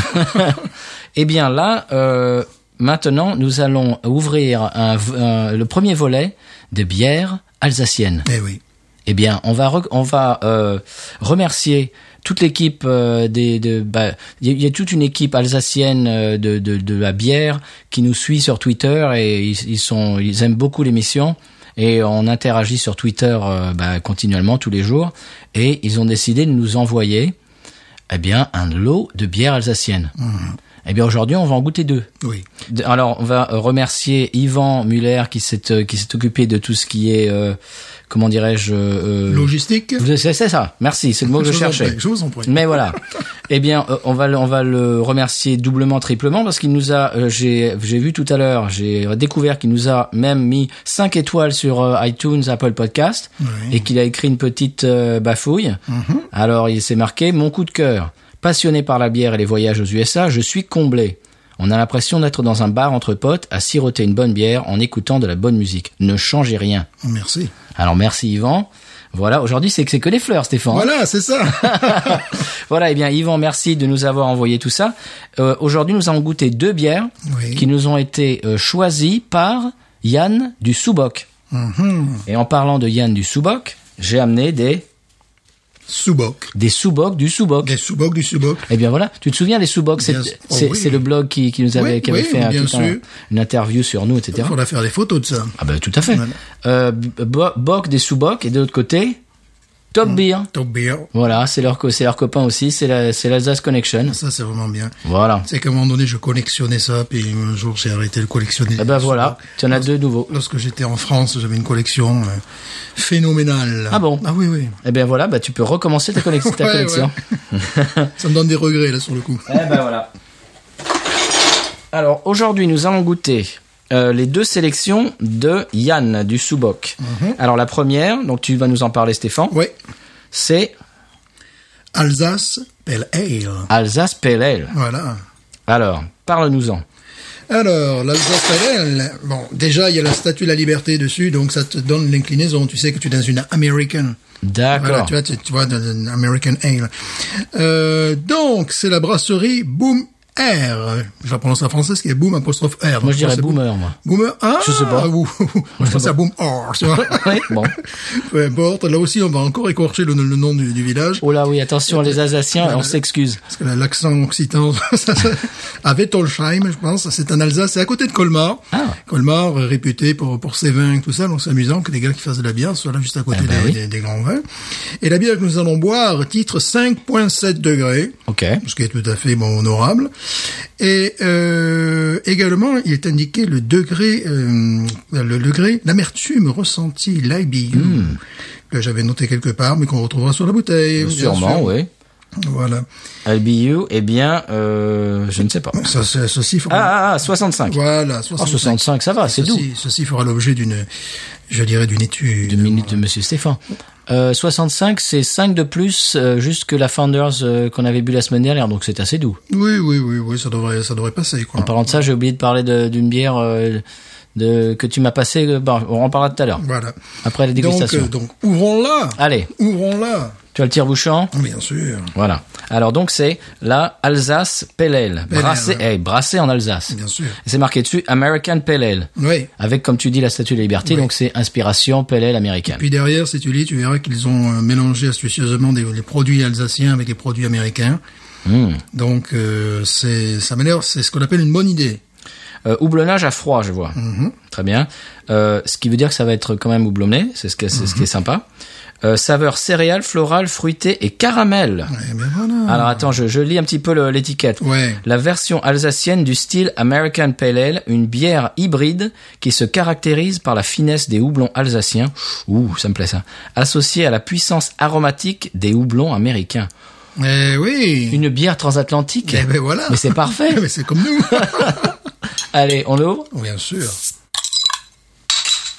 [SPEAKER 1] Eh bien là, euh, maintenant, nous allons ouvrir un v- un- le premier volet des bières alsaciennes.
[SPEAKER 2] Eh oui.
[SPEAKER 1] Eh bien, on va, re- on va euh, remercier toute l'équipe euh, des... de- bah, Il y, a- il y a toute une équipe alsacienne euh, de, de, de la bière qui nous suit sur Twitter et ils, ils sont, ils aiment beaucoup l'émission. Et on interagit sur Twitter euh, bah, continuellement tous les jours. Et ils ont décidé de nous envoyer eh bien, un lot de bières alsaciennes. Eh bien, aujourd'hui, on va en goûter deux.
[SPEAKER 2] Oui.
[SPEAKER 1] De- Alors, on va euh, remercier Yvan Muller qui s'est euh, qui s'est occupé de tout ce qui est euh, comment dirais-je euh,
[SPEAKER 2] Logistique.
[SPEAKER 1] vous- c'est c'est ça. Merci, c'est le mot que je
[SPEAKER 2] Je vous en
[SPEAKER 1] cherchais.
[SPEAKER 2] prie, je vous en prie.
[SPEAKER 1] Mais voilà. eh bien, euh, on va le, on va le remercier doublement, triplement parce qu'il nous a euh, j'ai j'ai vu tout à l'heure, j'ai découvert qu'il nous a même mis 5 étoiles sur euh, iTunes, Apple Podcast
[SPEAKER 2] Oui.
[SPEAKER 1] et qu'il a écrit une petite euh, bafouille. Alors il s'est marqué mon coup de cœur. Passionné par la bière et les voyages aux USA, je suis comblé. On a l'impression d'être dans un bar entre potes à siroter une bonne bière en écoutant de la bonne musique. Ne changez rien.
[SPEAKER 2] Merci.
[SPEAKER 1] Alors merci Yvan. Voilà, aujourd'hui c'est que c'est que des fleurs, Stéphane.
[SPEAKER 2] Voilà, c'est ça.
[SPEAKER 1] Voilà, eh bien Yvan, merci de nous avoir envoyé tout ça. Euh, aujourd'hui, nous avons goûté deux bières
[SPEAKER 2] Oui.
[SPEAKER 1] qui nous ont été euh, choisies par Yann du Souboc.
[SPEAKER 2] Mhm.
[SPEAKER 1] Et en parlant de Yann du Souboc, j'ai amené des
[SPEAKER 2] Subok.
[SPEAKER 1] des Souboc du Souboc.
[SPEAKER 2] Des Subok du Subok.
[SPEAKER 1] Eh bien voilà, tu te souviens des Souboc C'est
[SPEAKER 2] Bien- oh
[SPEAKER 1] c'est-
[SPEAKER 2] oui.
[SPEAKER 1] c'est le blog qui, qui nous avait,
[SPEAKER 2] Oui,
[SPEAKER 1] qui avait
[SPEAKER 2] oui,
[SPEAKER 1] fait un-
[SPEAKER 2] bien
[SPEAKER 1] tout un-
[SPEAKER 2] sûr.
[SPEAKER 1] une interview sur nous,
[SPEAKER 2] Il
[SPEAKER 1] etc.
[SPEAKER 2] faudra faire des photos de ça.
[SPEAKER 1] Ah ben tout à fait.
[SPEAKER 2] Voilà.
[SPEAKER 1] Euh, Bo- Boc des Souboc et de l'autre côté, Top
[SPEAKER 2] Mm.
[SPEAKER 1] Beer.
[SPEAKER 2] Top beer.
[SPEAKER 1] Voilà, c'est leur, co- c'est leur copain aussi, c'est la- c'est l'Alsace Connection.
[SPEAKER 2] Ça, c'est vraiment bien.
[SPEAKER 1] Voilà.
[SPEAKER 2] C'est qu'à un moment donné, je collectionnais ça, puis un jour, j'ai arrêté de collectionner.
[SPEAKER 1] Eh ben voilà, tu en as deux nouveaux.
[SPEAKER 2] Lorsque j'étais en France, j'avais une collection euh, phénoménale.
[SPEAKER 1] Ah bon
[SPEAKER 2] Ah oui, oui.
[SPEAKER 1] Eh bien voilà, bah, tu peux recommencer ta, collection. ta
[SPEAKER 2] Ouais,
[SPEAKER 1] collection.
[SPEAKER 2] Ça me donne des regrets, là, sur le coup.
[SPEAKER 1] Eh ben voilà. Alors aujourd'hui, nous allons goûter euh, les deux sélections de Yann du Souboc. Alors la première, donc tu vas nous en parler Stéphane,
[SPEAKER 2] Mhm. Ouais.
[SPEAKER 1] c'est
[SPEAKER 2] Alsace, Pale Ale.
[SPEAKER 1] Alsace Pale Ale.
[SPEAKER 2] Voilà.
[SPEAKER 1] Alors, parle-nous-en.
[SPEAKER 2] Alors, l'Alsace réelle, bon, déjà, il y a la statue de la liberté dessus, donc ça te donne l'inclinaison. Tu sais que tu es dans une American. Voilà,
[SPEAKER 1] D'accord.
[SPEAKER 2] tu vois, tu, tu vois, dans une American Ale. Euh, donc, c'est la brasserie Boom Air. Je la prononce en français, ce qui est Boom apostrophe R.
[SPEAKER 1] Moi, je dirais
[SPEAKER 2] C'est Boom-
[SPEAKER 1] boomer, moi.
[SPEAKER 2] Boomer, ah,
[SPEAKER 1] Je sais pas.
[SPEAKER 2] ouh, ouh, ouh, je pensais à Boom Air, tu vois.
[SPEAKER 1] Ouais, bon.
[SPEAKER 2] Peu importe. Là aussi, on va encore écorcher le, le nom du, du village.
[SPEAKER 1] Oh là oui, attention, les Alsaciens, on s'excuse.
[SPEAKER 2] Parce que là, l'accent occitan, ça, ça- à Wettolsheim, je pense, c'est en Alsace, c'est à côté de Colmar.
[SPEAKER 1] Ah.
[SPEAKER 2] Colmar, euh, réputé pour, pour ses vins et tout ça, donc c'est amusant que les gars qui fassent de la bière soient là juste à côté
[SPEAKER 1] Ah bah
[SPEAKER 2] des,
[SPEAKER 1] oui.
[SPEAKER 2] des- des grands vins. Et la bière que nous allons boire titre 5.7 degrés,
[SPEAKER 1] Ok.
[SPEAKER 2] ce qui est tout à fait bon, honorable. Et euh, également, il est indiqué le degré, euh, le degré, l'amertume ressentie, l'IBU,
[SPEAKER 1] Hmm.
[SPEAKER 2] que j'avais noté quelque part, mais qu'on retrouvera sur la bouteille. bien
[SPEAKER 1] Sûrement,
[SPEAKER 2] sûr.
[SPEAKER 1] oui.
[SPEAKER 2] Voilà.
[SPEAKER 1] LBU, eh bien, euh, je ne sais pas.
[SPEAKER 2] Ça, ça- ceci, faut
[SPEAKER 1] Ah, ah, ah, 65.
[SPEAKER 2] Voilà,
[SPEAKER 1] Oh, 65, ça va, c'est doux.
[SPEAKER 2] Ceci, ceci fera l'objet d'une, je dirais, d'une étude.
[SPEAKER 1] Deux minutes de Monsieur Stéphane. Euh, 65, c'est 5 de plus, euh, juste que la Founders euh, qu'on avait bu la semaine dernière, donc c'est assez doux.
[SPEAKER 2] Oui, oui, oui, oui, ça devrait, ça devrait passer, quoi.
[SPEAKER 1] En parlant de ça, j'ai oublié de parler de- d'une bière euh, de, que tu m'as passée, euh, bah, on en parlera tout à l'heure,
[SPEAKER 2] Voilà.
[SPEAKER 1] après la
[SPEAKER 2] Donc,
[SPEAKER 1] dégustation. Ah.
[SPEAKER 2] euh, donc, ouvrons-la!
[SPEAKER 1] Allez,
[SPEAKER 2] Ouvrons-la!
[SPEAKER 1] tu as le tire-bouchon
[SPEAKER 2] Bien sûr.
[SPEAKER 1] Voilà. Alors donc c'est la Alsace Pale Ale,
[SPEAKER 2] Pale Ale,
[SPEAKER 1] brassée,
[SPEAKER 2] ouais.
[SPEAKER 1] eh, brassée en Alsace.
[SPEAKER 2] Bien sûr.
[SPEAKER 1] Et C'est marqué dessus American Pale Ale,
[SPEAKER 2] Oui.
[SPEAKER 1] avec comme tu dis la Statue de la Liberté,
[SPEAKER 2] Oui.
[SPEAKER 1] donc c'est inspiration Pale Ale américaine.
[SPEAKER 2] Puis derrière, si tu lis, tu verras qu'ils ont euh, mélangé astucieusement des, les produits alsaciens avec les produits américains.
[SPEAKER 1] Hmm.
[SPEAKER 2] Donc, euh, c'est, ça m'a l'air, c'est ce qu'on appelle une bonne idée.
[SPEAKER 1] Euh, houblonnage à froid, je vois.
[SPEAKER 2] Mhm.
[SPEAKER 1] Très bien. Euh, ce qui veut dire que ça va être quand même houblonné, c'est ce, que- c'est ce qui est
[SPEAKER 2] Mhm.
[SPEAKER 1] sympa. Euh, saveur céréales, florale, fruitée et caramel.
[SPEAKER 2] Eh ben voilà.
[SPEAKER 1] Alors attends, je, je lis un petit peu le- l'étiquette.
[SPEAKER 2] Ouais.
[SPEAKER 1] La version alsacienne du style American Pale Ale, une bière hybride qui se caractérise par la finesse des houblons alsaciens, ouh, ça me plaît ça, associée à la puissance aromatique des houblons américains.
[SPEAKER 2] Eh oui.
[SPEAKER 1] Une bière transatlantique
[SPEAKER 2] Eh ben voilà.
[SPEAKER 1] Mais c'est parfait
[SPEAKER 2] Mais c'est comme nous.
[SPEAKER 1] Allez, on l'ouvre
[SPEAKER 2] Bien sûr.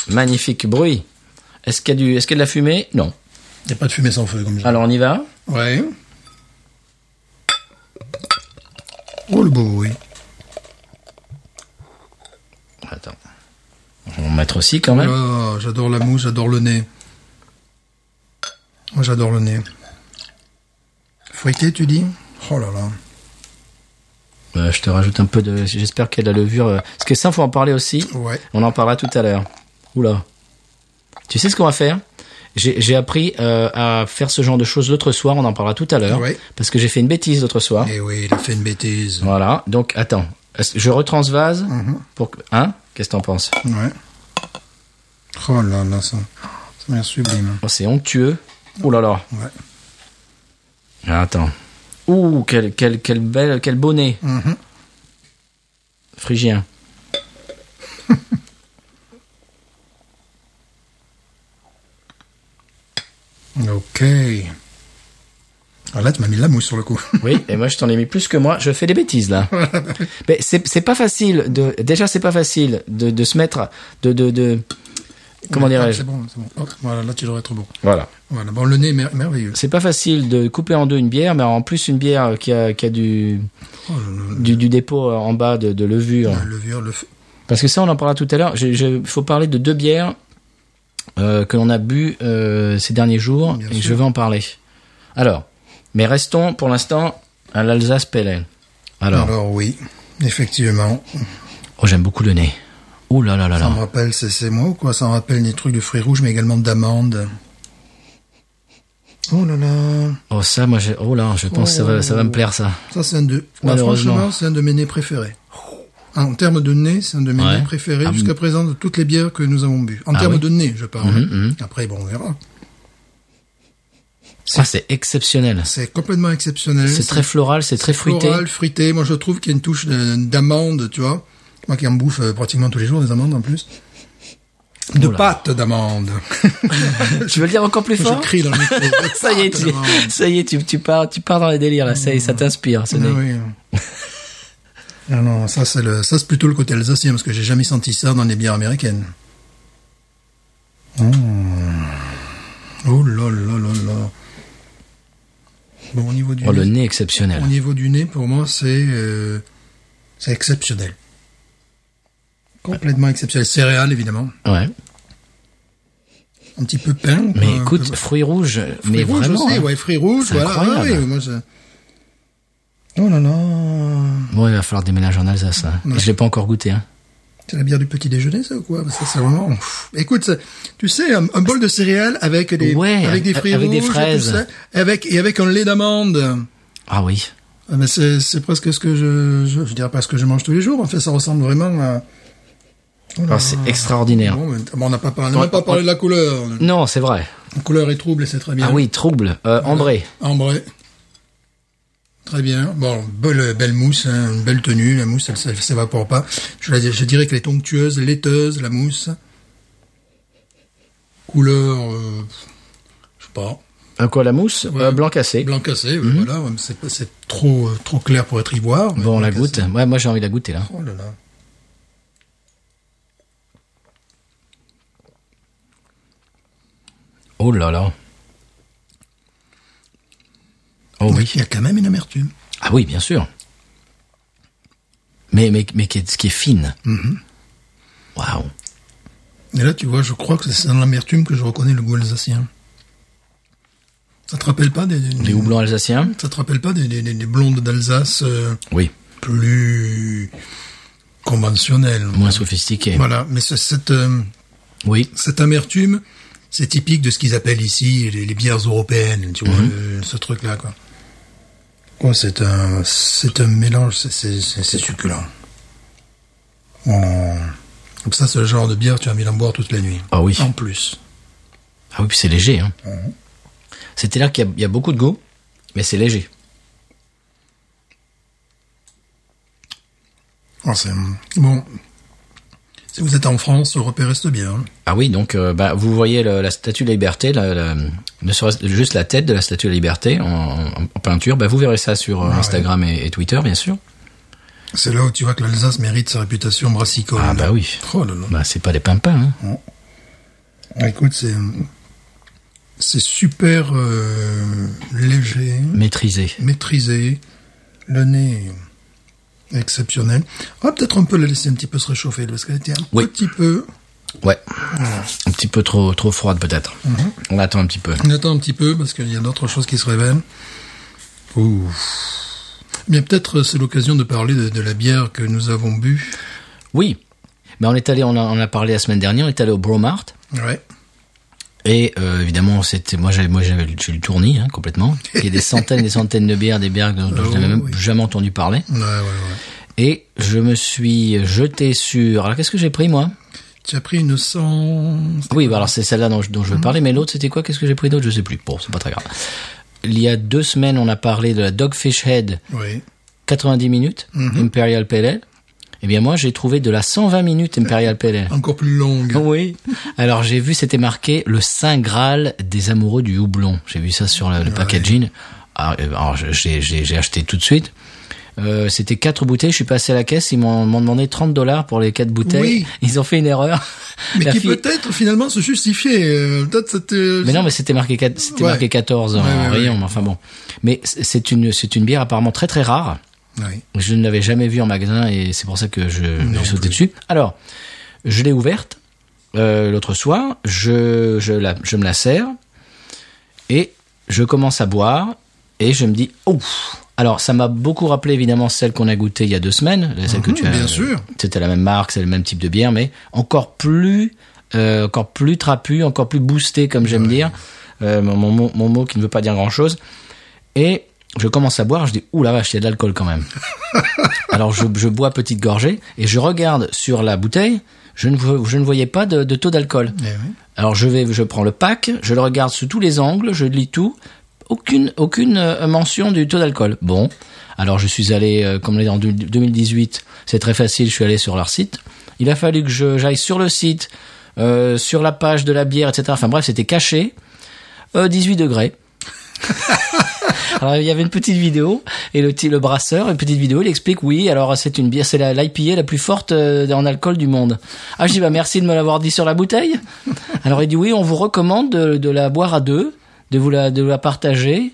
[SPEAKER 1] Magnifique bruit Est-ce qu'il y, a du- est-ce qu'il y a de la fumée Non.
[SPEAKER 2] Il n'y a pas de fumée sans feu, comme ça.
[SPEAKER 1] Alors on y va
[SPEAKER 2] Ouais. Oh le beau bruit.
[SPEAKER 1] Attends. On va en mettre aussi quand même.
[SPEAKER 2] Oh, j'adore la mousse, j'adore le nez. Moi j'adore le nez. Fruité, tu dis Oh là là.
[SPEAKER 1] Euh, je te rajoute un peu de... J'espère qu'il y a de la levure. euh, Parce que ça, faut en parler aussi.
[SPEAKER 2] Ouais.
[SPEAKER 1] On en parlera tout à l'heure. Oula. Tu sais ce qu'on va faire J'ai j'ai appris euh, à faire ce genre de choses l'autre soir. On en parlera tout à l'heure.
[SPEAKER 2] Ouais.
[SPEAKER 1] Parce que j'ai fait une bêtise l'autre soir.
[SPEAKER 2] Eh oui, il a fait une bêtise.
[SPEAKER 1] Voilà. Donc, attends. Est-ce- Je retransvase pour que... Hein Qu'est-ce que t'en penses
[SPEAKER 2] Ouais. Oh là là, ça. Ça m'a l'air sublime.
[SPEAKER 1] Oh, C'est onctueux. Ouh là là. Ah,
[SPEAKER 2] Ouais.
[SPEAKER 1] Attends. Ouh, quel, quel, quel, bel, quel bonnet.
[SPEAKER 2] Mhm.
[SPEAKER 1] Phrygien.
[SPEAKER 2] Ok. Alors là, tu m'as mis de la mousse sur le coup.
[SPEAKER 1] Oui, et moi je t'en ai mis plus que moi. Je fais des bêtises là. Mais c'est c'est pas facile de. Déjà, c'est pas facile de, de se mettre. De. de, de comment dirais-je
[SPEAKER 2] Ah, C'est bon, c'est bon. Hop, voilà, là tu devrais être bon.
[SPEAKER 1] Voilà.
[SPEAKER 2] Voilà, bon, le nez est mer- merveilleux.
[SPEAKER 1] C'est pas facile de couper en deux une bière, mais en plus une bière qui a, qui a du,
[SPEAKER 2] Oh là là.
[SPEAKER 1] du, du dépôt en bas de, de levure.
[SPEAKER 2] La levure, le feu.
[SPEAKER 1] Parce que ça, on en parlera tout à l'heure. Il faut parler de deux bières euh, que l'on a bu euh, ces derniers jours,
[SPEAKER 2] Bien
[SPEAKER 1] et
[SPEAKER 2] sûr.
[SPEAKER 1] je vais en parler. Alors, mais restons pour l'instant à l'Alsace Pale Ale. Alors,
[SPEAKER 2] Alors oui, effectivement.
[SPEAKER 1] oh, j'aime beaucoup le nez. Ouh là là là
[SPEAKER 2] Ça me
[SPEAKER 1] là.
[SPEAKER 2] rappelle, c'est- c'est moi ou quoi Ça me rappelle des trucs de fruits rouges, mais également d'amandes. Oh là là
[SPEAKER 1] Oh ça, moi, j'ai... oh là, je pense que ça va, ça va me plaire ça.
[SPEAKER 2] Ça, c'est un de... Bah,
[SPEAKER 1] Malheureusement.
[SPEAKER 2] franchement, c'est un de mes nez préférés. Ah, En termes de nez, c'est un de mes
[SPEAKER 1] Ouais.
[SPEAKER 2] nez préférés
[SPEAKER 1] Ah,
[SPEAKER 2] jusqu'à présent de toutes les bières que nous avons bu. En
[SPEAKER 1] Ah
[SPEAKER 2] termes
[SPEAKER 1] oui.
[SPEAKER 2] de nez, je parle.
[SPEAKER 1] Mhm, mhm.
[SPEAKER 2] Après, bon, on verra.
[SPEAKER 1] Ah, c'est exceptionnel.
[SPEAKER 2] C'est complètement exceptionnel.
[SPEAKER 1] C'est très floral, c'est très fruité.
[SPEAKER 2] Mmh. floral, fruité. Moi, je trouve qu'il y a une touche de- d'amande, tu vois. Moi qui en bouffe euh, pratiquement tous les jours des amandes en plus. De
[SPEAKER 1] Oh là.
[SPEAKER 2] pâte d'amande.
[SPEAKER 1] Tu veux le dire encore plus
[SPEAKER 2] Je
[SPEAKER 1] fort
[SPEAKER 2] crie Ah, dans le micro. De
[SPEAKER 1] Ça y est,
[SPEAKER 2] pâte
[SPEAKER 1] tu,
[SPEAKER 2] d'amande.
[SPEAKER 1] ça y est, tu, tu pars, tu pars dans les délires là. Ça y est, ça t'inspire. ce
[SPEAKER 2] Ah
[SPEAKER 1] nez.
[SPEAKER 2] oui. non, non, ça c'est le, ça c'est plutôt le côté alsacien parce que j'ai jamais senti ça dans les bières américaines. Mmh. Oh là là là là. Bon, au niveau du
[SPEAKER 1] Oh, le
[SPEAKER 2] nez,
[SPEAKER 1] nez exceptionnel.
[SPEAKER 2] au niveau du nez, pour moi, c'est euh, c'est exceptionnel. Complètement exceptionnel. Céréales, évidemment.
[SPEAKER 1] Ouais.
[SPEAKER 2] Un petit peu pain.
[SPEAKER 1] Mais
[SPEAKER 2] euh,
[SPEAKER 1] écoute,
[SPEAKER 2] euh,
[SPEAKER 1] fruits rouges,
[SPEAKER 2] fruits
[SPEAKER 1] mais
[SPEAKER 2] rouges
[SPEAKER 1] vraiment.
[SPEAKER 2] aussi,
[SPEAKER 1] hein.
[SPEAKER 2] ouais, fruits rouges,
[SPEAKER 1] C'est
[SPEAKER 2] voilà.
[SPEAKER 1] incroyable.
[SPEAKER 2] Ouais, ouais, moi, ça- Oh là là.
[SPEAKER 1] Bon, il va falloir des mélanges en Alsace. Là.
[SPEAKER 2] Ouais.
[SPEAKER 1] Je l'ai pas encore goûté. Hein.
[SPEAKER 2] C'est la bière du petit déjeuner, ça ou quoi Parce que c'est vraiment. pff. Écoute, ça- tu sais, un, un bol de céréales avec des
[SPEAKER 1] Ouais,
[SPEAKER 2] avec des
[SPEAKER 1] avec-
[SPEAKER 2] fruits
[SPEAKER 1] avec des
[SPEAKER 2] rouges et tout
[SPEAKER 1] fraises.
[SPEAKER 2] ça, avec et avec un lait d'amande.
[SPEAKER 1] Ah oui.
[SPEAKER 2] Ah, mais c'est c'est presque ce que je, je je dirais pas ce que je mange tous les jours. En fait, ça ressemble vraiment à. Oh là
[SPEAKER 1] Alors, Ah, c'est
[SPEAKER 2] là.
[SPEAKER 1] extraordinaire.
[SPEAKER 2] Bon, mais- bon, on n'a pas parlé, on
[SPEAKER 1] Ouais,
[SPEAKER 2] n'a pas parlé de la couleur.
[SPEAKER 1] Non, c'est vrai.
[SPEAKER 2] La couleur est trouble et c'est très bien.
[SPEAKER 1] Ah oui, trouble. Euh, Ambré.
[SPEAKER 2] Ambré. Très bien. Bon, belle, belle mousse, hein, une belle tenue. La mousse, elle, ne s'évapore pas. Je, la- je dirais qu'elle est onctueuse, laiteuse, la mousse. Couleur, euh, je sais pas,
[SPEAKER 1] Euh, quoi, la mousse
[SPEAKER 2] Ouais.
[SPEAKER 1] Euh, Blanc cassé.
[SPEAKER 2] blanc cassé. oui, Voilà, ouais, mais c'est pas- c'est trop, euh, trop clair pour être ivoire. mais
[SPEAKER 1] Mhm. Bon, on la
[SPEAKER 2] blanc
[SPEAKER 1] goûte.
[SPEAKER 2] cassé.
[SPEAKER 1] Ouais, moi j'ai envie de la goûter là.
[SPEAKER 2] Oh là là.
[SPEAKER 1] Oh là là. Oh oui.
[SPEAKER 2] Il y a quand même une amertume.
[SPEAKER 1] Ah oui, bien sûr. Mais mais mais qui est, qui est fine.
[SPEAKER 2] Mm-hmm.
[SPEAKER 1] Waouh.
[SPEAKER 2] Et là, tu vois, je crois que c'est dans l'amertume que je reconnais le goût alsacien. Ça te rappelle pas des, des-
[SPEAKER 1] Les houblons alsaciens.
[SPEAKER 2] Ça te rappelle pas des, des- des- des blondes d'Alsace euh,
[SPEAKER 1] Oui.
[SPEAKER 2] plus conventionnel.
[SPEAKER 1] Moins sophistiqués.
[SPEAKER 2] Voilà, mais ce- cette, euh,
[SPEAKER 1] Oui.
[SPEAKER 2] cette amertume, c'est typique de ce qu'ils appellent ici les, les bières européennes, tu
[SPEAKER 1] Mhm.
[SPEAKER 2] vois, le- ce truc-là, quoi. Oh, c'est un, c'est un mélange, c'est- c'est c'est- c'est succulent. Oh. Comme ça, ce genre de bière, tu as envie d'en boire toute la nuit.
[SPEAKER 1] Ah oui.
[SPEAKER 2] En plus.
[SPEAKER 1] Ah oui, puis c'est léger. Hein.
[SPEAKER 2] Mm-hmm.
[SPEAKER 1] C'était là qu'il y, a- il y a beaucoup de goût, mais c'est léger.
[SPEAKER 2] Oh, c'est- bon. Si vous êtes en France, repérez cette bière. hein.
[SPEAKER 1] Ah oui, donc euh, bah, vous voyez le- la statue de la liberté, la, la- ne serait-ce- juste la tête de la statue de la liberté en, en- en peinture. Bah, vous verrez ça sur euh,
[SPEAKER 2] ouais.
[SPEAKER 1] Instagram et, et Twitter, bien sûr.
[SPEAKER 2] C'est là où tu vois que l'Alsace mérite sa réputation brassicole.
[SPEAKER 1] Ah bah oui.
[SPEAKER 2] Oh là là.
[SPEAKER 1] Bah, c'est pas des pimpins. Hein.
[SPEAKER 2] Ah, Écoute, c'est c'est super euh, léger,
[SPEAKER 1] Maîtrisé.
[SPEAKER 2] maîtrisé, le nez est exceptionnel. On va peut-être un peu la laisser un petit peu se réchauffer parce qu'elle était un
[SPEAKER 1] Oui.
[SPEAKER 2] petit peu.
[SPEAKER 1] Ouais. Un petit peu trop trop froide peut-être. On attend un petit peu.
[SPEAKER 2] On attend un petit peu parce qu'il y a d'autres choses qui se révèlent. Ouh. Bien, peut-être euh, c'est l'occasion de parler de, de la bière que nous avons bu.
[SPEAKER 1] Oui. Mais on est allé, on, a- on a parlé la semaine dernière, on est allé au Bromart.
[SPEAKER 2] Ouais.
[SPEAKER 1] Et euh, évidemment, c'était moi j'avais moi j'avais j'ai le tournis hein, complètement. Il y a des centaines et des centaines de bières, des bières dont, dont je n'avais même
[SPEAKER 2] oui.
[SPEAKER 1] jamais entendu parler.
[SPEAKER 2] Ouais, ouais, ouais.
[SPEAKER 1] Et je me suis jeté sur. Alors qu'est-ce que j'ai pris moi
[SPEAKER 2] Tu as pris une 100.
[SPEAKER 1] Oui, bah, alors c'est celle-là dont, je- dont je veux parler, mais l'autre c'était quoi Qu'est-ce que j'ai pris d'autre Je sais plus. Bon, c'est pas très grave. Il y a deux semaines, on a parlé de la Dogfish Head
[SPEAKER 2] Oui.
[SPEAKER 1] 90 minutes Imperial Pale Ale. Eh bien moi, j'ai trouvé de la 120 minutes Imperial Pale Ale.
[SPEAKER 2] Encore plus longue.
[SPEAKER 1] Oui. Alors j'ai vu, c'était marqué le Saint Graal des amoureux du houblon. J'ai vu ça sur le, le packaging. Alors, euh, alors, j'ai- j'ai j'ai acheté tout de suite. Euh, c'était quatre bouteilles. Je suis passé à la caisse. Ils m'ont m'ont demandé 30 dollars pour les quatre bouteilles.
[SPEAKER 2] Oui.
[SPEAKER 1] Ils ont fait une erreur.
[SPEAKER 2] Mais
[SPEAKER 1] Ah, La
[SPEAKER 2] qui
[SPEAKER 1] fille-
[SPEAKER 2] peut-être finalement se justifiait. euh, Peut-être ça te-
[SPEAKER 1] Mais non, mais c'était marqué quat- c'était
[SPEAKER 2] Ouais.
[SPEAKER 1] marqué 14 en
[SPEAKER 2] Ouais, ouais,
[SPEAKER 1] rayon.
[SPEAKER 2] ouais.
[SPEAKER 1] mais Enfin bon. Mais c'est c'est une c'est une bière apparemment très très rare.
[SPEAKER 2] Oui.
[SPEAKER 1] Je ne l'avais jamais vue en magasin et c'est pour ça que je
[SPEAKER 2] Non
[SPEAKER 1] j'ai sauté
[SPEAKER 2] plus.
[SPEAKER 1] dessus. Alors, je l'ai ouverte euh, l'autre soir, je, je, la, je me la sers et je commence à boire et je me dis ouf. Alors, ça m'a beaucoup rappelé évidemment celle qu'on a goûtée il y a deux semaines, celle que
[SPEAKER 2] Mhm,
[SPEAKER 1] tu as.
[SPEAKER 2] bien sûr.
[SPEAKER 1] C'était la même marque, c'est le même type de bière, mais encore plus, euh, encore plus trapu, encore plus boosté, comme j'aime dire. Euh, mon, mon, mot- mon mot qui ne veut pas dire grand chose. Et je commence à boire, je dis, ouh la vache, il y a de l'alcool quand même. Alors je, je bois petite gorgée et je regarde sur la bouteille, je ne, vo- je ne voyais pas de, de taux d'alcool.
[SPEAKER 2] Eh oui.
[SPEAKER 1] Alors je vais, je prends le pack, je le regarde sous tous les angles, je lis tout, aucune, aucune euh, mention du taux d'alcool. Bon, alors je suis allé, euh, comme on est en deux- 2018, c'est très facile, je suis allé sur leur site. Il a fallu que je- j'aille sur le site, euh, sur la page de la bière, etc. Enfin bref, c'était caché. Euh, 18 degrés. Alors il y avait une petite vidéo et le, ti- le brasseur une petite vidéo il explique oui alors c'est une bière c'est la l'IPA la plus forte euh, en alcool du monde ah je dis bah merci de me l'avoir dit sur la bouteille alors il dit oui on vous recommande de, de la boire à deux de vous la de la partager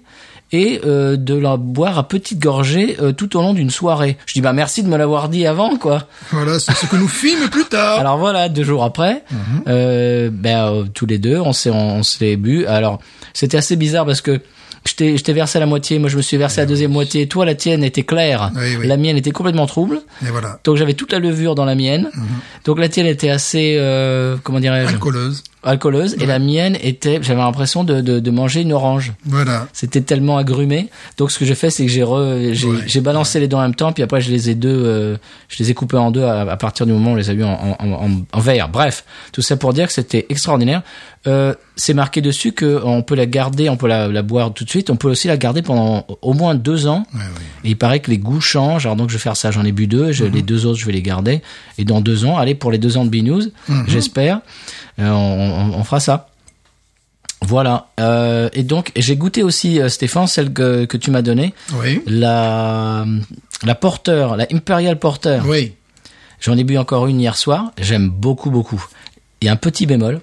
[SPEAKER 1] et euh, de la boire à petites gorgées euh, tout au long d'une soirée. Je dis bah merci de me l'avoir dit avant quoi.
[SPEAKER 2] Voilà, c'est ce que nous filme plus tard.
[SPEAKER 1] Alors voilà, deux jours après,
[SPEAKER 2] Mhm.
[SPEAKER 1] euh, ben, euh, tous les deux, on s'est on, on s'est bu. Alors c'était assez bizarre parce que je t'ai je t'ai versé la moitié, moi je me suis versé la deuxième moitié. Toi la tienne était claire,
[SPEAKER 2] Oui, oui.
[SPEAKER 1] la mienne était complètement trouble.
[SPEAKER 2] Et voilà,
[SPEAKER 1] Donc j'avais toute la levure dans la mienne.
[SPEAKER 2] Mhm.
[SPEAKER 1] Donc la tienne était assez euh, comment dirais-je
[SPEAKER 2] alcooleuse.
[SPEAKER 1] alcooleuse et la mienne était j'avais l'impression de, de de manger une orange.
[SPEAKER 2] Voilà.
[SPEAKER 1] C'était tellement agrumé. Donc ce que j'ai fait, c'est que j'ai re- j'ai
[SPEAKER 2] Ouais.
[SPEAKER 1] j'ai balancé les deux en même temps, puis après je les ai deux, euh, je les ai coupés en deux à, à partir du moment où on les a eu en, en, en- en verre. Bref, tout ça pour dire que c'était extraordinaire. Euh, c'est marqué dessus que on peut la garder, on peut la, la boire tout de suite, on peut aussi la garder pendant au moins deux ans.
[SPEAKER 2] Ouais, Eh oui.
[SPEAKER 1] Et il paraît que les goûts changent. Alors donc je vais faire ça. J'en ai bu deux. Je, Les deux autres, je vais les garder. Et dans deux ans, allez pour les deux ans de Binous, j'espère, euh, on, on- on fera ça. Voilà. Euh, et donc j'ai goûté aussi euh, Stéphane celle que, que tu m'as donnée,
[SPEAKER 2] Oui.
[SPEAKER 1] la la porteur, la Imperial Porter.
[SPEAKER 2] Oui.
[SPEAKER 1] J'en ai bu encore une hier soir. J'aime beaucoup beaucoup. Il y a un petit bémol,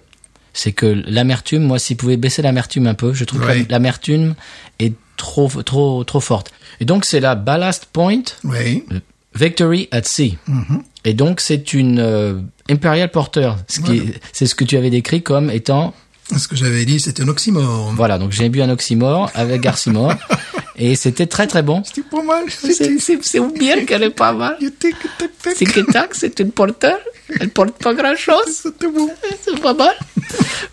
[SPEAKER 1] c'est que l'amertume. Moi, si vous pouvez baisser l'amertume un peu, je trouve
[SPEAKER 2] Ouais.
[SPEAKER 1] que l'amertume est trop trop trop forte. Et donc c'est la Ballast Point.
[SPEAKER 2] Oui.
[SPEAKER 1] Victory at Sea. Et donc, c'est une euh, Imperial Porter. Ce qui,
[SPEAKER 2] Voilà.
[SPEAKER 1] C'est ce que tu avais décrit comme étant.
[SPEAKER 2] Ce que j'avais dit, c'était un oxymore.
[SPEAKER 1] Voilà, donc j'ai bu un oxymore avec Garcimore. et c'était très très bon.
[SPEAKER 2] C'était pour moi.
[SPEAKER 1] C'est- C'est c'est bien qu'elle est pas mal. C'est que tac, c'est une porteur. Elle porte pas grand chose.
[SPEAKER 2] C'était bon.
[SPEAKER 1] C'est pas mal.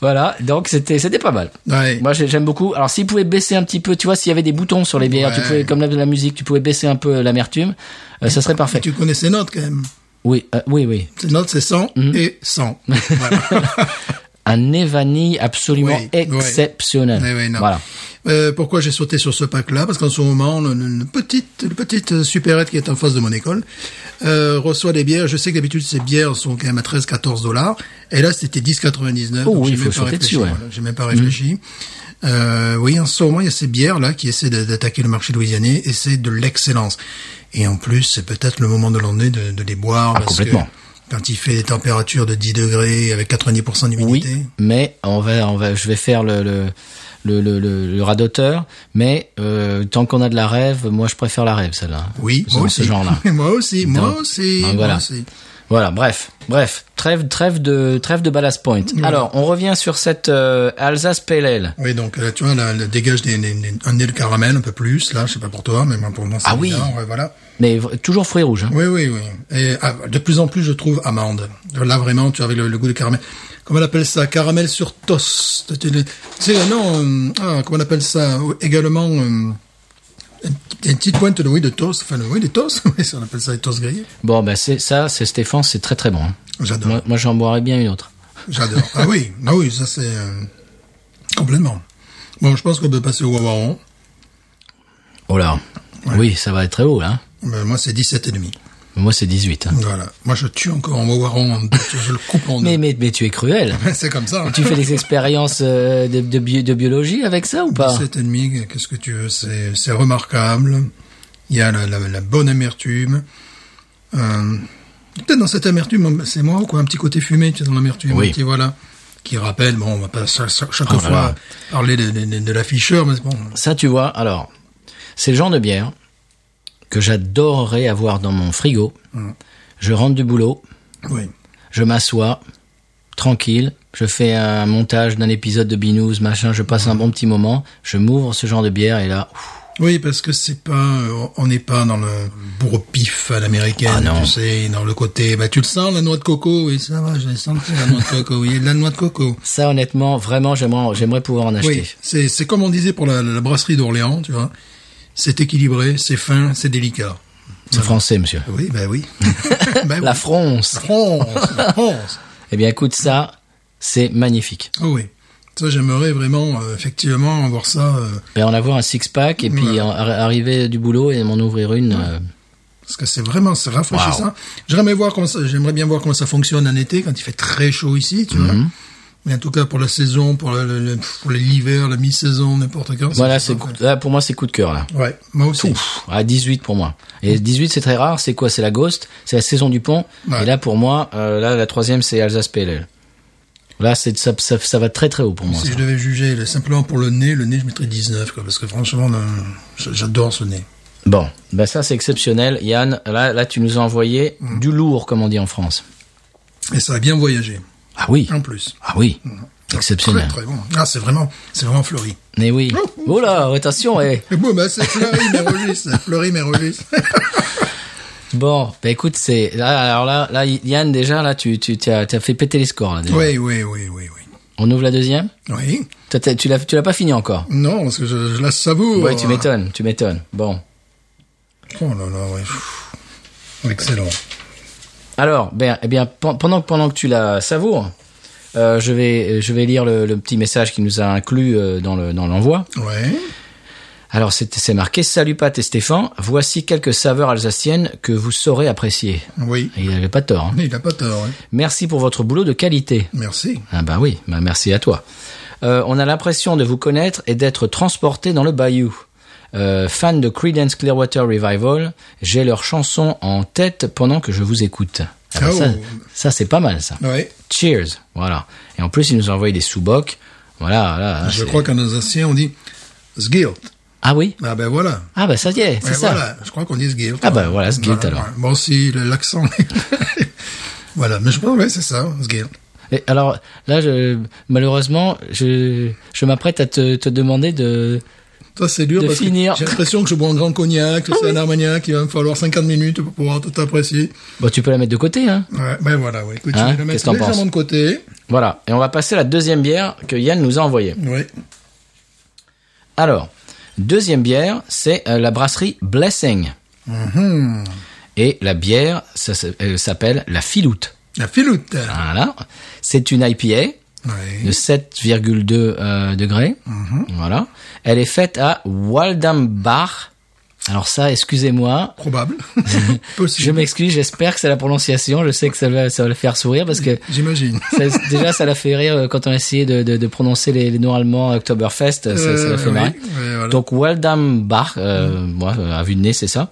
[SPEAKER 1] voilà, donc c'était c'était pas mal.
[SPEAKER 2] Ouais.
[SPEAKER 1] Moi j'ai- j'aime beaucoup. Alors s'ils pouvaient baisser un petit peu, tu vois, s'il y avait des boutons sur les bières, tu
[SPEAKER 2] Ouais.
[SPEAKER 1] pouvais, comme la, la musique, tu pouvais baisser un peu l'amertume, euh, ça serait
[SPEAKER 2] Et
[SPEAKER 1] parfait.
[SPEAKER 2] tu connais ces notes quand même.
[SPEAKER 1] Oui, euh, oui, oui.
[SPEAKER 2] Ces notes, c'est 100
[SPEAKER 1] Mhm.
[SPEAKER 2] et 100. Voilà.
[SPEAKER 1] un nez vanille absolument
[SPEAKER 2] Oui,
[SPEAKER 1] exceptionnel.
[SPEAKER 2] Eh oui, non.
[SPEAKER 1] voilà.
[SPEAKER 2] Euh, pourquoi j'ai sauté sur ce pack-là Parce qu'en ce moment, le- le- une petite, une petite euh, supérette qui est en face de mon école euh, reçoit des bières. Je sais que d'habitude, ces bières sont quand même à 13-14 dollars. Et là, c'était 10,99.
[SPEAKER 1] Oh
[SPEAKER 2] donc
[SPEAKER 1] oui,
[SPEAKER 2] j'ai
[SPEAKER 1] faut
[SPEAKER 2] même pas
[SPEAKER 1] sauter
[SPEAKER 2] réfléchi.
[SPEAKER 1] dessus, ouais. Mmh.
[SPEAKER 2] voilà, j'ai même pas réfléchi. Euh, oui, en ce moment, il y a ces bières-là qui essaient d'a- d'attaquer le marché louisianais et c'est de l'excellence. Et en plus, c'est peut-être le moment de l'année de, de les boire. parce
[SPEAKER 1] Ah, complètement.
[SPEAKER 2] Que quand il fait des températures de 10 degrés avec 90%
[SPEAKER 1] Oui,
[SPEAKER 2] d'humidité.
[SPEAKER 1] mais on va, on va, je vais faire le le le, le, le- le radoteur, mais euh, tant qu'on a de la rêve, moi je préfère la rêve celle-là.
[SPEAKER 2] Oui,
[SPEAKER 1] Ce-
[SPEAKER 2] moi
[SPEAKER 1] ce
[SPEAKER 2] aussi.
[SPEAKER 1] genre-là.
[SPEAKER 2] moi aussi, moi
[SPEAKER 1] Donc,
[SPEAKER 2] aussi,
[SPEAKER 1] donc
[SPEAKER 2] moi
[SPEAKER 1] voilà.
[SPEAKER 2] aussi.
[SPEAKER 1] Voilà, bref, bref, trêve, trêve de trêve de ballast point. Alors, on revient sur cette euh, Alsace Pale Ale.
[SPEAKER 2] Oui, donc là, tu vois, là, là, dégage des, des- des- un nez de caramel un peu plus, là, je sais pas pour toi, mais moi, pour moi, c'est
[SPEAKER 1] Ah oui.
[SPEAKER 2] bizarre, ouais, voilà.
[SPEAKER 1] mais v- toujours fruits rouges. Hein.
[SPEAKER 2] Oui, oui, oui. Et ah, de plus en plus, je trouve amande. Là, vraiment, tu as avec le, le goût du caramel. Comment on appelle ça Caramel sur toast. Tu le- tu sais, non, euh, ah, comment on appelle ça Également, euh, une petite pointe de, oui, de toast, enfin, oui, des toasts, oui, on appelle ça des toasts grillés.
[SPEAKER 1] Bon, ben c'est ça, c'est Stéphane, c'est très très bon. hein.
[SPEAKER 2] J'adore.
[SPEAKER 1] Moi, moi j'en boirais bien une autre.
[SPEAKER 2] J'adore. Ah oui, ah oui, ça c'est euh, complètement. Bon, je pense qu'on peut passer au Wawaron.
[SPEAKER 1] Oh là, oui, ça va être très haut là.
[SPEAKER 2] Mais Ben, moi, c'est 17 et demi.
[SPEAKER 1] Mais Moi c'est 18. hein.
[SPEAKER 2] Voilà. Moi, je tue encore en Wawaron. en deux. Je le coupe en deux.
[SPEAKER 1] Mais mais mais tu es cruel.
[SPEAKER 2] c'est comme ça. hein.
[SPEAKER 1] Tu fais des expériences euh, de, de, bio- de biologie avec ça ou pas
[SPEAKER 2] 17 et demi, qu'est-ce que tu veux C'est c'est remarquable. Il y a la, la- la bonne amertume. Euh, Peut-être dans cette amertume, c'est moi ou quoi Un petit côté fumé, tu sais, dans l'amertume.
[SPEAKER 1] Oui.
[SPEAKER 2] Qui, voilà. Qui rappelle, bon, on va pas chaque, chaque
[SPEAKER 1] Oh là
[SPEAKER 2] fois
[SPEAKER 1] là.
[SPEAKER 2] parler de, de- de- de l'afficheur, mais bon.
[SPEAKER 1] Ça, tu vois, alors, c'est le genre de bière que j'adorerais avoir dans mon frigo. Je rentre du boulot,
[SPEAKER 2] Oui.
[SPEAKER 1] je m'assois, tranquille, je fais un montage d'un épisode de Binous, machin, je passe un bon petit moment, je m'ouvre ce genre de bière et là, ouf,
[SPEAKER 2] Oui, parce que c'est pas, euh, on n'est pas dans le bourre-pif à l'américaine,
[SPEAKER 1] Ah non.
[SPEAKER 2] tu sais, dans le côté, bah tu le sens la noix de coco, oui ça va, je l'ai senti la noix de coco, oui la noix de coco.
[SPEAKER 1] ça honnêtement, vraiment, j'aimerais, j'aimerais pouvoir en acheter.
[SPEAKER 2] Oui, c'est c'est comme on disait pour la, la brasserie d'Orléans, tu vois, c'est équilibré, c'est fin, c'est délicat.
[SPEAKER 1] C'est français, monsieur.
[SPEAKER 2] Oui, bah oui. Bah oui.
[SPEAKER 1] La France.
[SPEAKER 2] La France, la France.
[SPEAKER 1] Eh bien, écoute, ça, c'est magnifique.
[SPEAKER 2] Oh oui, ça j'aimerais vraiment, euh, effectivement, avoir ça. euh,
[SPEAKER 1] Ben, en avoir un six-pack et puis
[SPEAKER 2] Ouais.
[SPEAKER 1] en- arri- arriver du boulot et m'en ouvrir une. euh,
[SPEAKER 2] Parce que c'est vraiment, c'est rafraîchissant. J'aimerais voir comment ça, j'aimerais bien voir comment ça fonctionne en été quand il fait très chaud ici, tu
[SPEAKER 1] Mhm.
[SPEAKER 2] vois. Mais en tout cas, pour la saison, pour le- le- le- pour l'hiver, la mi-saison, n'importe quand.
[SPEAKER 1] Voilà,
[SPEAKER 2] ça
[SPEAKER 1] c'est
[SPEAKER 2] me
[SPEAKER 1] coup-
[SPEAKER 2] fait-
[SPEAKER 1] là, pour moi, c'est coup de cœur, là.
[SPEAKER 2] Ouais, moi aussi.
[SPEAKER 1] Pouf, à 18 pour moi. Et 18, c'est très rare. C'est quoi C'est la Ghost, c'est la saison du pont.
[SPEAKER 2] Ouais.
[SPEAKER 1] Et là, pour moi, euh, là, la troisième, c'est Alsace PLL. Là, c'est ça, ça, ça va très très haut pour moi.
[SPEAKER 2] Si
[SPEAKER 1] ça.
[SPEAKER 2] je devais juger là, simplement pour le nez, le nez, je mettrais 19, quoi, parce que franchement, non, j- j'adore ce nez.
[SPEAKER 1] Bon, ben ça c'est exceptionnel. Yann, là, là tu nous as envoyé
[SPEAKER 2] Mm.
[SPEAKER 1] du lourd, comme on dit en France.
[SPEAKER 2] Et ça a bien voyagé,
[SPEAKER 1] Ah oui,
[SPEAKER 2] en plus.
[SPEAKER 1] ah oui,
[SPEAKER 2] Très,
[SPEAKER 1] exceptionnel.
[SPEAKER 2] très bon. Ah, c'est vraiment, c'est vraiment fleuri.
[SPEAKER 1] Mais oui. Oh là, attention, eh.
[SPEAKER 2] Et bon, bah, c'est fleuri, mais Rogis, c'est fleuri, mais Rogis.
[SPEAKER 1] Bon, ben écoute, c'est là, alors là, là, Yann, déjà, là, tu, tu as, fait péter les scores. Là, déjà.
[SPEAKER 2] oui, oui, oui, oui, oui.
[SPEAKER 1] On ouvre la deuxième.
[SPEAKER 2] Oui.
[SPEAKER 1] Toi, t'as- tu l'as, tu l'as pas fini encore.
[SPEAKER 2] Non, parce que je, je la savoure.
[SPEAKER 1] Ouais, tu m'étonnes, tu m'étonnes. Bon.
[SPEAKER 2] Oh là là, ouais. Excellent.
[SPEAKER 1] Alors, ben, eh bien, pen- pendant que pendant que tu la savoures, euh, je vais je vais lire le, le petit message qui nous a inclus euh, dans le dans l'envoi.
[SPEAKER 2] Ouais.
[SPEAKER 1] Alors c'est c'est marqué Salut Pat et Stéphane, voici quelques saveurs alsaciennes que vous saurez apprécier.
[SPEAKER 2] Oui.
[SPEAKER 1] Et il n'avait pas tort. hein.
[SPEAKER 2] Mais Il a pas tort, hein.
[SPEAKER 1] Merci pour votre boulot de qualité.
[SPEAKER 2] Merci.
[SPEAKER 1] Ah bah oui, bah merci à toi. Euh, on a l'impression de vous connaître et d'être transporté dans le bayou. Euh, fan de Creedence Clearwater Revival, j'ai leur chanson en tête pendant que je vous écoute. Ah bah
[SPEAKER 2] Oh.
[SPEAKER 1] Ça, ça, c'est pas mal ça.
[SPEAKER 2] Ouais.
[SPEAKER 1] Cheers, voilà. Et en plus ils nous ont envoyé des sous-bocs. Voilà, là, là,
[SPEAKER 2] je
[SPEAKER 1] Ah, c'est-
[SPEAKER 2] crois qu'en Alsacien, on dit Sgilt.
[SPEAKER 1] Ah oui,
[SPEAKER 2] Ah ben voilà.
[SPEAKER 1] ah bah ça y est, c'est
[SPEAKER 2] Ouais,
[SPEAKER 1] ça.
[SPEAKER 2] Voilà, je crois qu'on dit Sgilt.
[SPEAKER 1] Ah ben voilà, Sgilt, alors.
[SPEAKER 2] Bon, si le- l'accent. voilà, mais je pense, ouais, c'est ça, Sgilt.
[SPEAKER 1] Et alors là, je, malheureusement, je, je m'apprête à te, te demander de.
[SPEAKER 2] Ça, c'est dur
[SPEAKER 1] De
[SPEAKER 2] parce
[SPEAKER 1] finir.
[SPEAKER 2] que j'ai l'impression que je bois un grand cognac, que
[SPEAKER 1] Ah
[SPEAKER 2] c'est un armagnac, il va me falloir 50 minutes pour pouvoir tout apprécier.
[SPEAKER 1] Bon, tu peux la mettre de côté, hein.
[SPEAKER 2] Ouais, ben voilà, ouais. Écoute,
[SPEAKER 1] Hein,
[SPEAKER 2] je vais
[SPEAKER 1] qu'est-ce
[SPEAKER 2] le mettre
[SPEAKER 1] t'en
[SPEAKER 2] légèrement
[SPEAKER 1] penses
[SPEAKER 2] de côté.
[SPEAKER 1] Voilà. Et on va passer à la deuxième bière que Yann nous a envoyée.
[SPEAKER 2] Ouais.
[SPEAKER 1] Alors, deuxième bière, c'est euh, la brasserie Blessing.
[SPEAKER 2] Mm-hmm.
[SPEAKER 1] Et la bière, ça, s- elle s'appelle la Filoute.
[SPEAKER 2] La filoute.
[SPEAKER 1] Voilà. C'est une IPA de
[SPEAKER 2] Ouais.
[SPEAKER 1] 7,2 euh, degrés.
[SPEAKER 2] Mm-hmm.
[SPEAKER 1] Voilà. Elle est faite à Waldambach. Alors ça, excusez-moi,
[SPEAKER 2] Probable.
[SPEAKER 1] Je
[SPEAKER 2] Possible.
[SPEAKER 1] m'excuse, j'espère que c'est la prononciation. Je sais que ça va, ça va le faire sourire parce que
[SPEAKER 2] J'imagine.
[SPEAKER 1] ça- déjà ça l'a fait rire euh, quand on a essayé de, de, de prononcer les, les noms allemands à Oktoberfest. Ça, ça l'a
[SPEAKER 2] Euh,
[SPEAKER 1] fait
[SPEAKER 2] oui,
[SPEAKER 1] marrer.
[SPEAKER 2] ouais, voilà.
[SPEAKER 1] Donc Waldambach, euh, moi, euh, à vue de nez, c'est ça.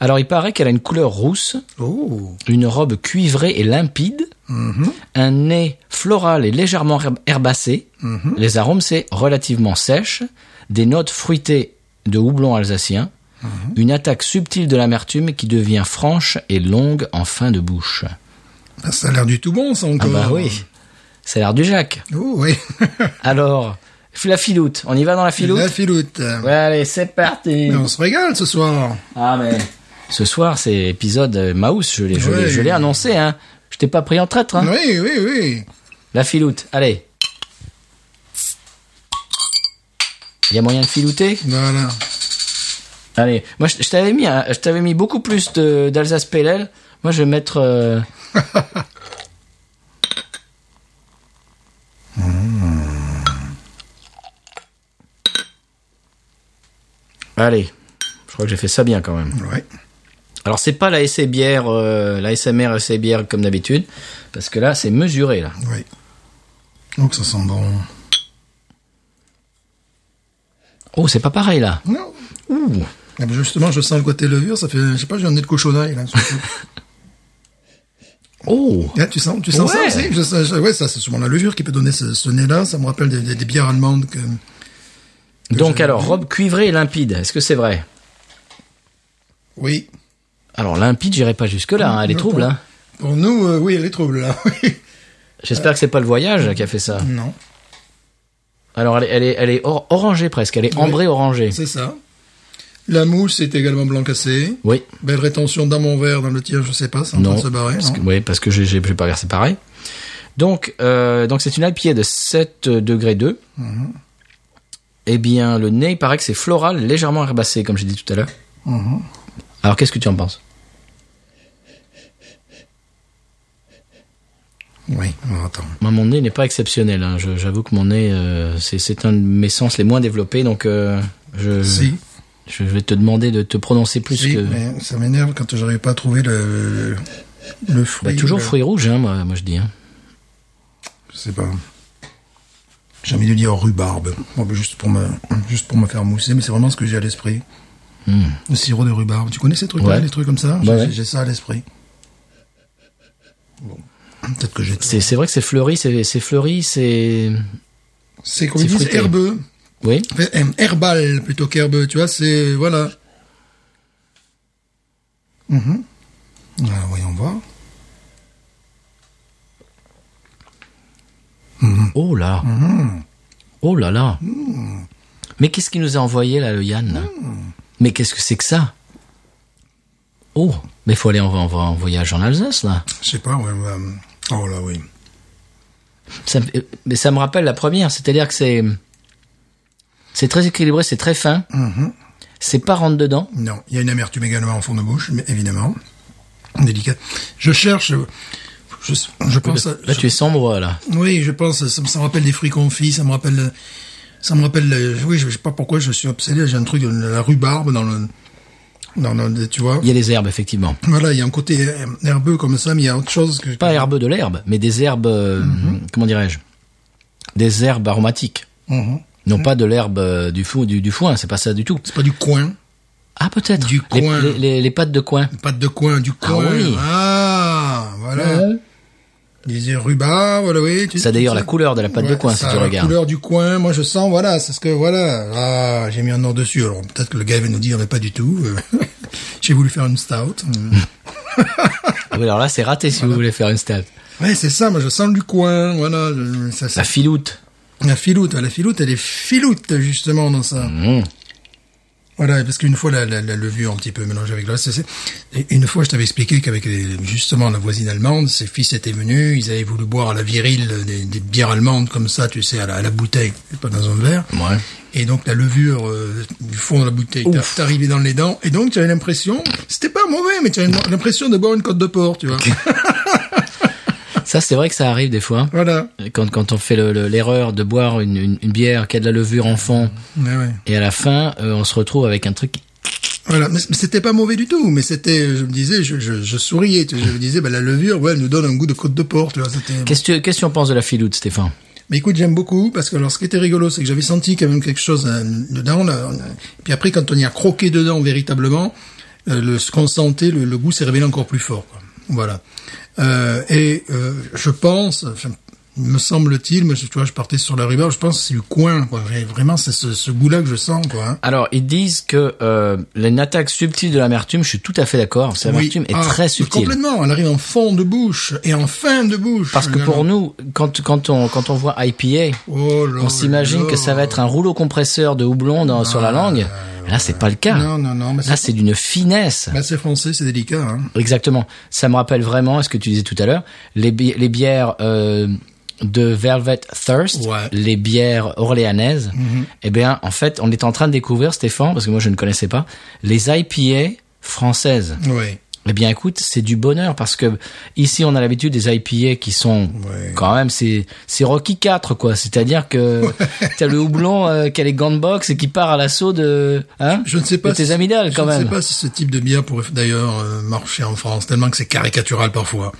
[SPEAKER 1] Alors il paraît qu'elle a une couleur rousse,
[SPEAKER 2] Oh.
[SPEAKER 1] une robe cuivrée et limpide, un nez floral et légèrement herb- herbacé. Les arômes, c'est relativement sèche, des notes fruitées de houblon alsacien, une attaque subtile de l'amertume qui devient franche et longue en fin de bouche.
[SPEAKER 2] Ça a l'air du tout bon, ça
[SPEAKER 1] Ah
[SPEAKER 2] encore.
[SPEAKER 1] bah oui, c'est l'air du Jacques.
[SPEAKER 2] Oh, oui.
[SPEAKER 1] Alors, la filoute, on y va dans la filoute
[SPEAKER 2] La filoute.
[SPEAKER 1] Ouais, allez, c'est parti
[SPEAKER 2] Et on se régale ce soir.
[SPEAKER 1] Ah mais ce soir c'est épisode euh, Maus, je l'ai je l'ai-
[SPEAKER 2] Ouais.
[SPEAKER 1] je l'ai annoncé hein. Je t'ai pas pris en traître hein.
[SPEAKER 2] Oui, oui, oui.
[SPEAKER 1] La filoute, allez. Il y a moyen de filouter
[SPEAKER 2] Voilà.
[SPEAKER 1] Allez, moi je, je t'avais mis un- je t'avais mis beaucoup plus de- d'Alsace PLL. Moi je vais mettre euh, Allez. Je crois que j'ai fait ça bien quand même.
[SPEAKER 2] Ouais.
[SPEAKER 1] Alors c'est pas la SC bière, euh, la SMR SC bière comme d'habitude, parce que là c'est mesuré là.
[SPEAKER 2] Oui. Donc ça sent bon.
[SPEAKER 1] Oh c'est pas pareil là.
[SPEAKER 2] Non. Ah, mais Justement, je sens le côté levure, ça fait, je sais pas, j'ai un nez de cochonnerie, là. surtout.
[SPEAKER 1] Oh
[SPEAKER 2] Là, tu sens, tu sens
[SPEAKER 1] Ouais.
[SPEAKER 2] ça aussi? Je sens- je- ouais, ça, c'est souvent la levure qui peut donner ce, ce nez-là. Ça me rappelle des, des- des bières allemandes que,
[SPEAKER 1] Donc
[SPEAKER 2] j'avais
[SPEAKER 1] alors
[SPEAKER 2] vu.
[SPEAKER 1] robe cuivrée et limpide, est-ce que c'est vrai
[SPEAKER 2] oui.
[SPEAKER 1] Alors limpide, j'irai pas jusque là, elle est
[SPEAKER 2] Non,
[SPEAKER 1] trouble.
[SPEAKER 2] pour-
[SPEAKER 1] Hein.
[SPEAKER 2] Pour nous, euh, oui, elle est trouble, là. oui.
[SPEAKER 1] J'espère que c'est pas le voyage qui a fait ça.
[SPEAKER 2] non.
[SPEAKER 1] Alors elle est, elle est, elle est or- orangée presque, elle est ambrée orangée.
[SPEAKER 2] C'est ça. La mousse est également blanc cassé.
[SPEAKER 1] Oui,
[SPEAKER 2] Belle rétention dans mon verre, dans le tien, je sais pas, c'est en train
[SPEAKER 1] non.
[SPEAKER 2] de se barrer.
[SPEAKER 1] parce
[SPEAKER 2] non
[SPEAKER 1] que, oui, parce que j'ai, j'ai, j'ai pas versé pareil. Donc euh, donc c'est une IPA de 7 degrés 2.
[SPEAKER 2] Mhm.
[SPEAKER 1] Eh bien le nez, il paraît que c'est floral, légèrement herbacé comme j'ai dit tout à l'heure.
[SPEAKER 2] Mhm.
[SPEAKER 1] Alors qu'est-ce que tu en penses
[SPEAKER 2] Oui, bon, Ah, attends.
[SPEAKER 1] Moi, mon nez n'est pas exceptionnel. hein. Je- J'avoue que mon nez, euh, c'est- c'est un de mes sens les moins développés. Donc, euh, je,
[SPEAKER 2] Si.
[SPEAKER 1] je vais te demander de te prononcer plus
[SPEAKER 2] Si,
[SPEAKER 1] que.
[SPEAKER 2] mais ça m'énerve quand j'arrive pas à trouver le, le, le
[SPEAKER 1] Bah,
[SPEAKER 2] fruit.
[SPEAKER 1] toujours
[SPEAKER 2] le-
[SPEAKER 1] fruits rouges, hein, moi, moi, je dis. hein.
[SPEAKER 2] Je sais pas. J'ai envie de dire rhubarbe. Bon, bah, juste, pour me, juste pour me faire mousser, mais c'est vraiment ce que j'ai à l'esprit. Le sirop de rhubarbe. Tu connais ces trucs-là,
[SPEAKER 1] Hmm. Bah, Ouais.
[SPEAKER 2] les trucs comme ça
[SPEAKER 1] Bah
[SPEAKER 2] J'ai-
[SPEAKER 1] ouais.
[SPEAKER 2] J'ai ça à l'esprit. Bon. Peut-être que j'ai.
[SPEAKER 1] C'est c'est vrai que c'est fleuri, c'est c'est fleuri, c'est
[SPEAKER 2] C'est qu'on
[SPEAKER 1] c'est
[SPEAKER 2] dit
[SPEAKER 1] fruité.
[SPEAKER 2] herbeux,
[SPEAKER 1] oui.
[SPEAKER 2] Enfin, euh, herbal plutôt qu'herbeux. Tu vois, c'est voilà. Mhm. Alors, voyons voir.
[SPEAKER 1] Oh là. Oh là là. Mais qu'est-ce qu'il nous a envoyé là, le Yann là Mais qu'est-ce que c'est que ça Oh, mais faut aller en, en- en voyage en Alsace là.
[SPEAKER 2] Je sais pas. Ouais, ouais. Oh là oui.
[SPEAKER 1] Ça, me- euh, mais ça me rappelle la première, c'est-à-dire que c'est c'est très équilibré, c'est très fin, c'est pas rentre dedans.
[SPEAKER 2] Non, il y a une amertume également en fond de bouche, mais évidemment. Délicat. Je cherche. euh, Je, je pense. à-
[SPEAKER 1] Là,
[SPEAKER 2] Euh, je-
[SPEAKER 1] tu es sombre là.
[SPEAKER 2] Oui, je pense. Ça, me- ça me rappelle des fruits confits. Ça me rappelle. euh, Ça me rappelle. euh, Oui, je, je sais pas pourquoi je suis obsédé. J'ai un truc de la rhubarbe dans le. Dans le tu vois.
[SPEAKER 1] Il y a des herbes effectivement,
[SPEAKER 2] Voilà, il y a un côté euh, herbeux comme ça, mais il y a autre chose que.
[SPEAKER 1] pas herbeux de l'herbe, mais des herbes euh, comment dirais-je Des herbes aromatiques,
[SPEAKER 2] Mhm.
[SPEAKER 1] non pas de l'herbe euh, du fou du, du foin, c'est pas ça du tout.
[SPEAKER 2] C'est pas du coin.
[SPEAKER 1] Ah peut-être.
[SPEAKER 2] Du
[SPEAKER 1] les,
[SPEAKER 2] coin.
[SPEAKER 1] les- les- les pattes de coin.
[SPEAKER 2] Pas de coin, du coin.
[SPEAKER 1] oui.
[SPEAKER 2] Ah, voilà. Des rhubards, voilà, oui. tu-
[SPEAKER 1] Ça d'ailleurs
[SPEAKER 2] tu-
[SPEAKER 1] la couleur de la patte de
[SPEAKER 2] Ouais,
[SPEAKER 1] coin si
[SPEAKER 2] ça,
[SPEAKER 1] tu
[SPEAKER 2] la
[SPEAKER 1] regardes.
[SPEAKER 2] couleur du coin, moi je sens, voilà, c'est ce que, voilà. Ah, j'ai mis un nom dessus. Alors peut-être que le gars va nous dire, mais pas du tout. euh, j'ai voulu faire une stout. Euh,
[SPEAKER 1] Ah oui, alors là c'est raté si vous voulez faire une stat.
[SPEAKER 2] ouais, c'est ça, moi je sens du coin, voilà. je- Ça, ça-
[SPEAKER 1] La filoute.
[SPEAKER 2] la filoute, la filoute, elle est filoute, justement, dans ça.
[SPEAKER 1] Mhm.
[SPEAKER 2] Voilà, parce qu'une fois la, la, la levure un petit peu mélangée avec le reste, c'est- et une fois je t'avais expliqué qu'avec les- justement la voisine allemande, ses fils étaient venus, ils avaient voulu boire à la virile des, des bières allemandes comme ça, tu sais, à la, à la bouteille, pas dans un verre.
[SPEAKER 1] Ouais.
[SPEAKER 2] Et donc la levure euh, du fond de la bouteille t'est t'est arrivée dans les dents, et donc tu avais l'impression, c'était pas mauvais, mais tu avais l'impression de boire une côte de porc, tu vois.
[SPEAKER 1] Ça c'est vrai que ça arrive des fois.
[SPEAKER 2] voilà.
[SPEAKER 1] Quand, quand on fait le- le- l'erreur de boire une, une- une bière qui a de la levure en fond
[SPEAKER 2] Ouais, ouais.
[SPEAKER 1] et à la fin euh, on se retrouve avec un truc
[SPEAKER 2] Voilà, mais c- mais c'était pas mauvais du tout, mais c'était, je me disais, je, je, je souriais, tu vois, je me disais, bah, la levure, ouais, elle nous donne un goût de côte de porc, tu vois, c'était...
[SPEAKER 1] Qu'est-ce que qu'est-ce que tu en penses de la filoute, Stéphane
[SPEAKER 2] Mais écoute, j'aime beaucoup parce que alors ce qui était rigolo, c'est que j'avais senti quand même quelque chose euh, dedans. Là, on a- puis après, quand on y a croqué dedans véritablement, euh, le, ce qu'on sentait, le, le goût s'est révélé encore plus fort. quoi. Voilà. Euh, et euh, je pense, enfin, me semble-t-il, mais je- tu vois, je partais sur la rivière, je pense que c'est du coin. Quoi. Vra- Vraiment, c'est ce, ce goût-là que je sens. Quoi, hein.
[SPEAKER 1] Alors, ils disent que euh, une attaque subtile de l'amertume, je suis tout à fait d'accord, cette amertume
[SPEAKER 2] Oui.
[SPEAKER 1] est
[SPEAKER 2] Ah,
[SPEAKER 1] très subtile.
[SPEAKER 2] Complètement. Elle arrive en fond de bouche et en fin de bouche.
[SPEAKER 1] Parce que pour nous, quand, quand, on, quand on voit IPA,
[SPEAKER 2] Oh là
[SPEAKER 1] on s'imagine
[SPEAKER 2] là.
[SPEAKER 1] que ça va être un rouleau compresseur de houblon dans, sur la langue. Là, c'est pas le cas.
[SPEAKER 2] Ah. Non, non, non. Mais
[SPEAKER 1] Là,
[SPEAKER 2] c'est
[SPEAKER 1] c'est d'une finesse.
[SPEAKER 2] bah, c'est français, c'est délicat. Hein.
[SPEAKER 1] Exactement. Ça me rappelle vraiment ce que tu disais tout à l'heure. Les, bi- les bières euh, de Velvet Thirst,
[SPEAKER 2] Ouais. Mm-hmm.
[SPEAKER 1] les bières orléanaises, eh bien, en fait, on est en train de découvrir, Stéphane, parce que moi, je ne connaissais pas, les IPA françaises.
[SPEAKER 2] Oui.
[SPEAKER 1] Eh bien, écoute, c'est du bonheur parce que ici, on a l'habitude des IPA qui sont
[SPEAKER 2] Ouais.
[SPEAKER 1] quand même, c'est c'est Rocky 4 quoi. C'est-à-dire que t'as le houblon euh, qui a les gants de boxe et qui part à l'assaut de hein
[SPEAKER 2] Je ne sais pas.
[SPEAKER 1] de tes
[SPEAKER 2] si-
[SPEAKER 1] amygdales quand
[SPEAKER 2] je
[SPEAKER 1] même.
[SPEAKER 2] ne sais pas si ce type de bière pourrait d'ailleurs euh, marcher en France, tellement que c'est caricatural parfois.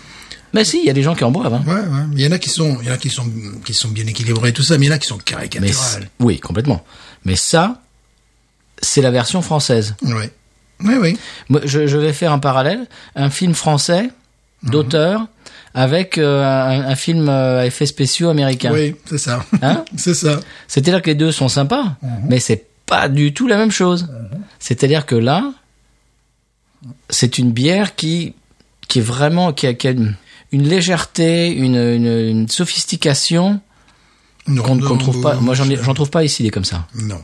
[SPEAKER 1] Mais si, il y a des gens qui en boivent. Hein.
[SPEAKER 2] Ouais, ouais. Il y en a qui sont, il y en a qui sont, qui sont bien équilibrés et tout ça, mais il y en a qui sont
[SPEAKER 1] Mais
[SPEAKER 2] caricaturales.
[SPEAKER 1] c'est- oui, complètement. Mais ça, c'est la version française.
[SPEAKER 2] Oui. Oui, oui.
[SPEAKER 1] Moi, je, je vais faire un parallèle, un film français
[SPEAKER 2] Mhm.
[SPEAKER 1] d'auteur avec euh, un, un film euh, à effets spéciaux américain.
[SPEAKER 2] Oui, c'est ça.
[SPEAKER 1] Hein
[SPEAKER 2] c'est ça.
[SPEAKER 1] C'est-à-dire que les deux sont sympas, mais c'est pas du tout la même chose. C'est-à-dire que là, c'est une bière qui, qui est vraiment, qui a, qui a une, une légèreté, une, une- une sophistication
[SPEAKER 2] Une
[SPEAKER 1] qu'on
[SPEAKER 2] rondeur
[SPEAKER 1] qu'on
[SPEAKER 2] en
[SPEAKER 1] trouve pas.
[SPEAKER 2] bouche.
[SPEAKER 1] Moi, j'en ai- j'en trouve pas ici des comme ça.
[SPEAKER 2] Non.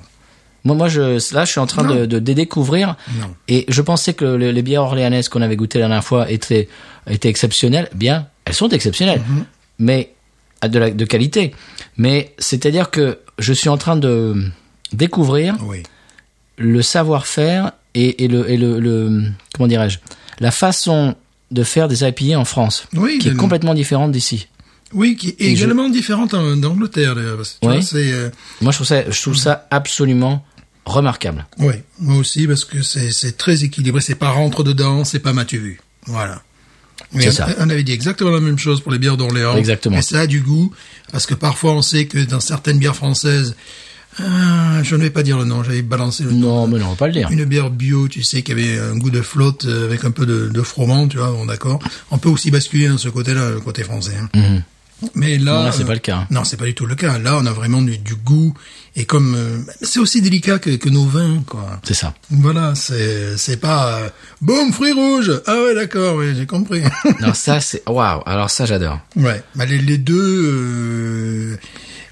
[SPEAKER 1] Moi, moi, je, là, je suis en train de, de, de découvrir.
[SPEAKER 2] Non.
[SPEAKER 1] Et je pensais que le- les bières orléanaises qu'on avait goûtées la dernière fois étaient, étaient exceptionnelles. Bien, elles sont exceptionnelles,
[SPEAKER 2] Mhm.
[SPEAKER 1] mais à de, la, de qualité. Mais c'est-à-dire que je suis en train de découvrir
[SPEAKER 2] Oui.
[SPEAKER 1] le savoir-faire et, et le, et le, le- comment dirais-je la façon de faire des IPA en France,
[SPEAKER 2] Oui,
[SPEAKER 1] qui est
[SPEAKER 2] également.
[SPEAKER 1] complètement différente d'ici.
[SPEAKER 2] Oui, qui est
[SPEAKER 1] Et je-
[SPEAKER 2] également différente en- d'Angleterre d'ailleurs. parce que, tu
[SPEAKER 1] Oui.
[SPEAKER 2] vois, c'est, euh,
[SPEAKER 1] Moi, je trouve ça, je trouve ça
[SPEAKER 2] Mhm.
[SPEAKER 1] absolument remarquable.
[SPEAKER 2] Oui, moi aussi, parce que c'est c'est très équilibré. C'est pas rentre dedans, c'est pas m'as-tu vu. Voilà. Mais
[SPEAKER 1] C'est
[SPEAKER 2] on-
[SPEAKER 1] ça.
[SPEAKER 2] On avait dit exactement la même chose pour les bières d'Orléans.
[SPEAKER 1] Exactement.
[SPEAKER 2] Et ça a du goût, parce que parfois on sait que dans certaines bières françaises, Ah, je ne vais pas dire le nom, j'avais balancé le nom.
[SPEAKER 1] Non, mais non, on va pas le dire.
[SPEAKER 2] Une bière bio, tu sais, qui avait un goût de flotte euh, avec un peu de, de froment, tu vois, bon, d'accord. On peut aussi basculer dans ce côté-là, le côté français. hein.
[SPEAKER 1] Mhm.
[SPEAKER 2] Mais là,
[SPEAKER 1] Non, là, c'est
[SPEAKER 2] euh,
[SPEAKER 1] pas le cas. hein.
[SPEAKER 2] Non, c'est pas du tout le cas. Là, on a vraiment du, du goût et comme euh, c'est aussi délicat que, que nos vins, quoi.
[SPEAKER 1] C'est ça.
[SPEAKER 2] Voilà, c'est c'est pas euh, boum fruits rouges. Ah ouais, d'accord, oui, j'ai compris.
[SPEAKER 1] Non, ça, c'est. Waouh, alors ça, j'adore.
[SPEAKER 2] ouais, bah, les, les deux. euh,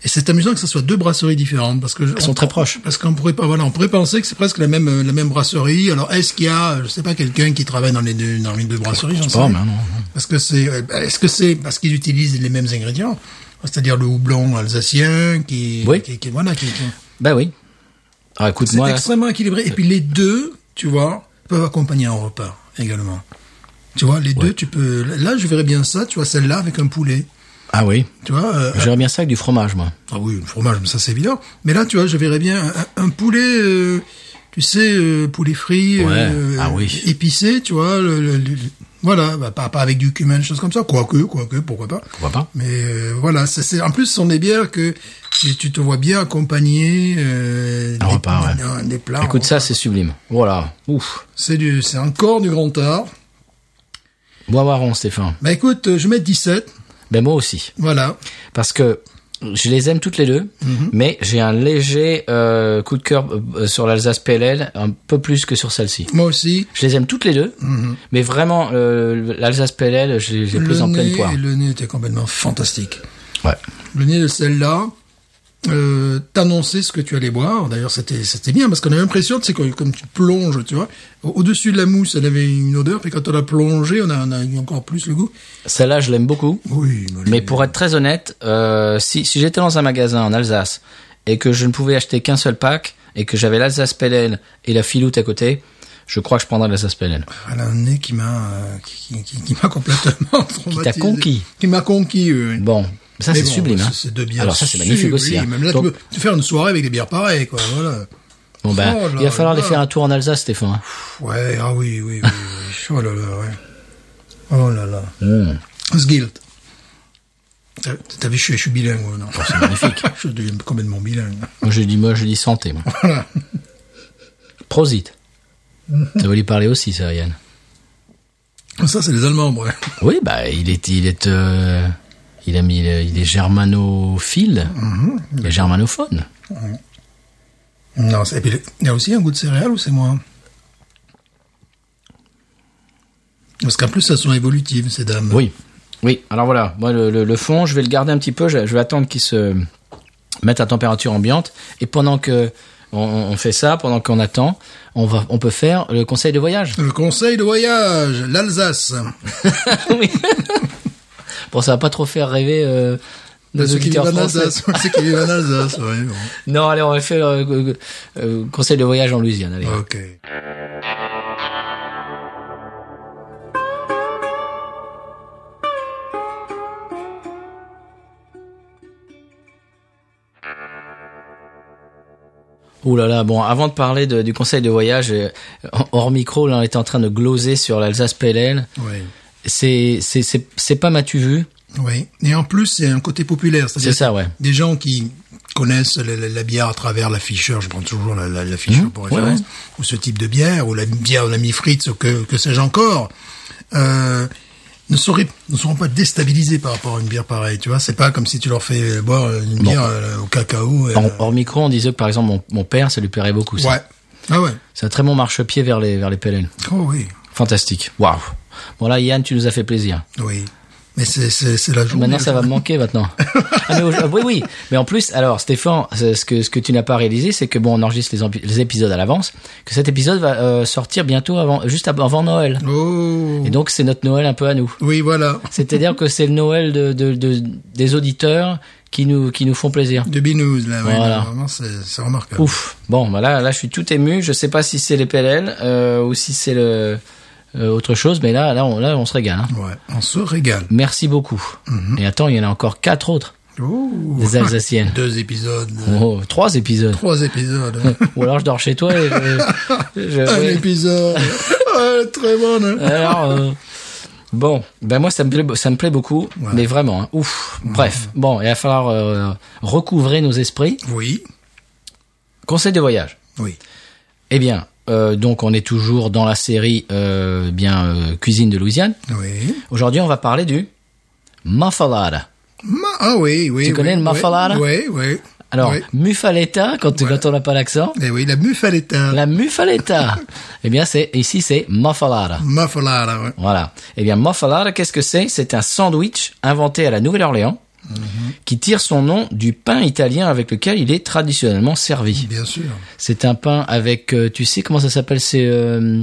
[SPEAKER 2] et c'est amusant que ce soit deux brasseries différentes parce que je-
[SPEAKER 1] Ils sont
[SPEAKER 2] on-
[SPEAKER 1] très proches.
[SPEAKER 2] Parce qu'on pourrait pas, voilà, on pourrait penser que c'est presque la même euh, la même brasserie. Alors est-ce qu'il y a, je sais pas, quelqu'un qui travaille dans les deux dans les deux brasseries, j'en sais
[SPEAKER 1] Pas,
[SPEAKER 2] rien.
[SPEAKER 1] Oh, mais non.
[SPEAKER 2] Parce que c'est, euh, bah, est-ce que c'est parce qu'ils utilisent les mêmes ingrédients, c'est-à-dire le houblon alsacien qui,
[SPEAKER 1] Oui.
[SPEAKER 2] qui, qui- voilà, qui, qui-
[SPEAKER 1] Bah oui. Alors écoute,
[SPEAKER 2] c'est
[SPEAKER 1] moi. là,
[SPEAKER 2] extrêmement équilibré. Et puis les deux, tu vois, peuvent accompagner un repas également. Tu vois, les deux, tu peux. Là, je verrais bien ça. Tu vois, celle-là avec un poulet.
[SPEAKER 1] Ah oui.
[SPEAKER 2] Tu vois, euh,
[SPEAKER 1] J'aimerais bien ça avec du fromage, moi.
[SPEAKER 2] ah oui, le fromage, mais ça c'est évident. Mais là, tu vois, je verrais bien un, un poulet, euh, tu sais, euh, poulet frit,
[SPEAKER 1] Ouais,
[SPEAKER 2] euh,
[SPEAKER 1] ah oui.
[SPEAKER 2] épicé, tu vois. le- le- le- voilà, bah, pas, pas avec du cumin, choses comme ça. Quoique, quoique, pourquoi pas.
[SPEAKER 1] Pourquoi pas
[SPEAKER 2] Mais euh, voilà, c'est- c'est en plus ce sont des bières que tu, tu te vois bien accompagner euh,
[SPEAKER 1] Un
[SPEAKER 2] des,
[SPEAKER 1] repas, ouais.
[SPEAKER 2] des- des plats.
[SPEAKER 1] Ah, Écoute,
[SPEAKER 2] un
[SPEAKER 1] ça,
[SPEAKER 2] repas.
[SPEAKER 1] c'est sublime. Voilà. Ouf.
[SPEAKER 2] c'est du, c'est encore du grand art.
[SPEAKER 1] Bois marron, Stéphane.
[SPEAKER 2] Bah écoute, euh, je mets 17,
[SPEAKER 1] Ben moi aussi.
[SPEAKER 2] voilà.
[SPEAKER 1] Parce que. Je les aime toutes les deux, mais j'ai un léger euh, coup de cœur euh, sur l'Alsace PLL, un peu plus que sur celle-ci.
[SPEAKER 2] Moi aussi.
[SPEAKER 1] Je les aime toutes les deux, mais vraiment euh, l'Alsace PLL, je les je les
[SPEAKER 2] le
[SPEAKER 1] prise en pleine
[SPEAKER 2] nez,
[SPEAKER 1] poire.
[SPEAKER 2] le nez était complètement fantastique.
[SPEAKER 1] Ouais.
[SPEAKER 2] Le nez de celle-là. Euh, t'annonçais ce que tu allais boire. D'ailleurs, c'était c'était bien parce qu'on a l'impression, tu sais, que- comme tu plonges, tu vois, au- au-dessus de la mousse, elle avait une odeur, puis quand on l'a plongée, on a, on a eu encore plus le goût.
[SPEAKER 1] Celle-là, je l'aime beaucoup.
[SPEAKER 2] Oui,
[SPEAKER 1] Mais pour être très honnête, euh, si, si j'étais dans un magasin en Alsace et que je ne pouvais acheter qu'un seul pack et que j'avais l'Alsace PLL et la filoute à côté, je crois que je prendrais l'Alsace PLL.
[SPEAKER 2] Elle a un nez qui m'a euh, qui, qui, qui- qui m'a complètement
[SPEAKER 1] Qui
[SPEAKER 2] traumatisé.
[SPEAKER 1] t'a conquis.
[SPEAKER 2] Qui m'a conquis. oui.
[SPEAKER 1] Bon, ça
[SPEAKER 2] Mais
[SPEAKER 1] c'est
[SPEAKER 2] bon,
[SPEAKER 1] sublime. Hein.
[SPEAKER 2] C'est de bières
[SPEAKER 1] Alors ça c'est magnifique aussi. hein.
[SPEAKER 2] sublimes. Là,
[SPEAKER 1] Donc,
[SPEAKER 2] tu peux tu peux faire une soirée avec des bières pareilles, quoi. Voilà.
[SPEAKER 1] bon, ben,
[SPEAKER 2] Oh là
[SPEAKER 1] il va falloir
[SPEAKER 2] là.
[SPEAKER 1] aller faire un tour en Alsace, Stéphane. hein.
[SPEAKER 2] Ouais, ah oui, oui, oui. oui. Oh là là, ouais. Oh là là. Sgilt. T'as t'as vu, je suis, je suis bilingue, ouais,
[SPEAKER 1] Oh,
[SPEAKER 2] non C'est magnifique. je deviens complètement bilingue.
[SPEAKER 1] Moi je dis, moi je dis santé. Moi.
[SPEAKER 2] Voilà.
[SPEAKER 1] Prosit. Ça veut lui parler aussi, ça, Yann.
[SPEAKER 2] Ça, c'est les Allemands, ouais.
[SPEAKER 1] Oui, bah il est, il est, euh, il a mis, le- il est germanophile,
[SPEAKER 2] Mhm.
[SPEAKER 1] il est germanophone.
[SPEAKER 2] Non, c'est- et puis, il y a aussi un goût de céréales ou c'est moi Parce qu'en plus, elles sont évolutives, ces dames.
[SPEAKER 1] Oui, oui. Alors voilà, moi le, le- le fond, je vais le garder un petit peu. Je, je vais attendre qu'il se mette à température ambiante. Et pendant que on, on fait ça, pendant qu'on attend, on va, on peut faire le conseil de voyage.
[SPEAKER 2] Le conseil de voyage, l'Alsace.
[SPEAKER 1] oui. bon, ça va pas trop faire rêver euh, nos
[SPEAKER 2] Ceux qui vivent
[SPEAKER 1] auditeurs
[SPEAKER 2] en
[SPEAKER 1] français.
[SPEAKER 2] Alsace. Ceux qui vivent en Alsace, ouais, bon.
[SPEAKER 1] Non, allez, on va faire euh, euh, euh, conseil de voyage en Louisiane. Allez.
[SPEAKER 2] Ok.
[SPEAKER 1] Ouh là là, bon, avant de parler de- du conseil de voyage, euh, hors micro, là, on était en train de gloser sur l'Alsace PLL.
[SPEAKER 2] Oui.
[SPEAKER 1] C'est, c'est, c'est, c'est pas m'as-tu vu
[SPEAKER 2] Oui. Et en plus, c'est un côté populaire.
[SPEAKER 1] C'est ça, ouais.
[SPEAKER 2] Des gens qui connaissent la, la- la bière à travers l'afficheur, je prends toujours la, la, l'afficheur
[SPEAKER 1] Mhm.
[SPEAKER 2] pour
[SPEAKER 1] Ouais,
[SPEAKER 2] référence,
[SPEAKER 1] ouais.
[SPEAKER 2] ou ce type de bière, ou la bière de l'ami Fritz, ou que, que sais-je encore, euh, ne, seraient, ne seront pas déstabilisés par rapport à une bière pareille, tu vois. C'est pas comme si tu leur fais boire une bière euh, au cacao. et,
[SPEAKER 1] En-
[SPEAKER 2] euh,
[SPEAKER 1] hors micro, on disait que par exemple, mon, mon père, ça lui plairait beaucoup. ça.
[SPEAKER 2] ouais. Ah ouais.
[SPEAKER 1] C'est un très bon marchepied vers les, vers les PLL.
[SPEAKER 2] Oh oui.
[SPEAKER 1] Fantastique. Waouh. Bon là, Yann, tu nous as fait plaisir.
[SPEAKER 2] Oui. Mais c'est, c'est, c'est la journée.
[SPEAKER 1] Maintenant, ça va me manquer maintenant. Ah, mais au- oui, oui. Mais en plus, alors, Stéphane, ce ce que, ce que tu n'as pas réalisé, c'est que bon, on enregistre les, empi- les épisodes à l'avance, que cet épisode va euh, sortir bientôt avant, juste av- avant Noël.
[SPEAKER 2] Oh.
[SPEAKER 1] Et donc, c'est notre Noël un peu à nous.
[SPEAKER 2] Oui, voilà.
[SPEAKER 1] C'est-à-dire que c'est le Noël de, de, de- des auditeurs qui nous, qui nous font plaisir.
[SPEAKER 2] De binous, là. oui,
[SPEAKER 1] Voilà.
[SPEAKER 2] là, vraiment, c'est, c'est remarquable.
[SPEAKER 1] Ouf. Bon, bah là, là, je suis tout ému. Je sais pas si c'est les PLL euh, ou si c'est le euh, autre chose, mais là, là, on, là, on se régale. hein.
[SPEAKER 2] Ouais. On se régale.
[SPEAKER 1] Merci beaucoup. Et attends, il y en a encore quatre autres
[SPEAKER 2] Oh.
[SPEAKER 1] des Alsaciennes.
[SPEAKER 2] Deux épisodes. euh,
[SPEAKER 1] Oh, trois épisodes.
[SPEAKER 2] Trois épisodes. hein.
[SPEAKER 1] Ou alors je dors chez toi. Et je, je-
[SPEAKER 2] Un
[SPEAKER 1] oui.
[SPEAKER 2] épisode. Ah, très bonne. hein.
[SPEAKER 1] Alors, euh, bon, ben moi ça me plaît, ça me plaît beaucoup, mais vraiment, hein, ouf. Bref, bon, il va falloir euh, recouvrer nos esprits.
[SPEAKER 2] Oui.
[SPEAKER 1] Conseil de voyage.
[SPEAKER 2] Oui.
[SPEAKER 1] Eh bien, euh, donc on est toujours dans la série euh, bien euh, cuisine de Louisiane.
[SPEAKER 2] Oui.
[SPEAKER 1] Aujourd'hui, on va parler du mafalada.
[SPEAKER 2] Ma- ah oui, oui.
[SPEAKER 1] Tu
[SPEAKER 2] oui,
[SPEAKER 1] connais le
[SPEAKER 2] oui,
[SPEAKER 1] mafalada
[SPEAKER 2] Oui, oui.
[SPEAKER 1] Alors,
[SPEAKER 2] Oui.
[SPEAKER 1] mufaletta quand quand on n'a pas l'accent.
[SPEAKER 2] Eh oui, la mufaletta.
[SPEAKER 1] La mufaletta. eh bien, c'est ici c'est mafalada.
[SPEAKER 2] Mafalada, ouais.
[SPEAKER 1] Voilà. Eh bien, mafalada, qu'est-ce que c'est C'est un sandwich inventé à la Nouvelle-Orléans
[SPEAKER 2] Mm-hmm.
[SPEAKER 1] qui tire son nom du pain italien avec lequel il est traditionnellement servi.
[SPEAKER 2] Bien sûr.
[SPEAKER 1] C'est un pain avec, euh, tu sais comment ça s'appelle C'est euh,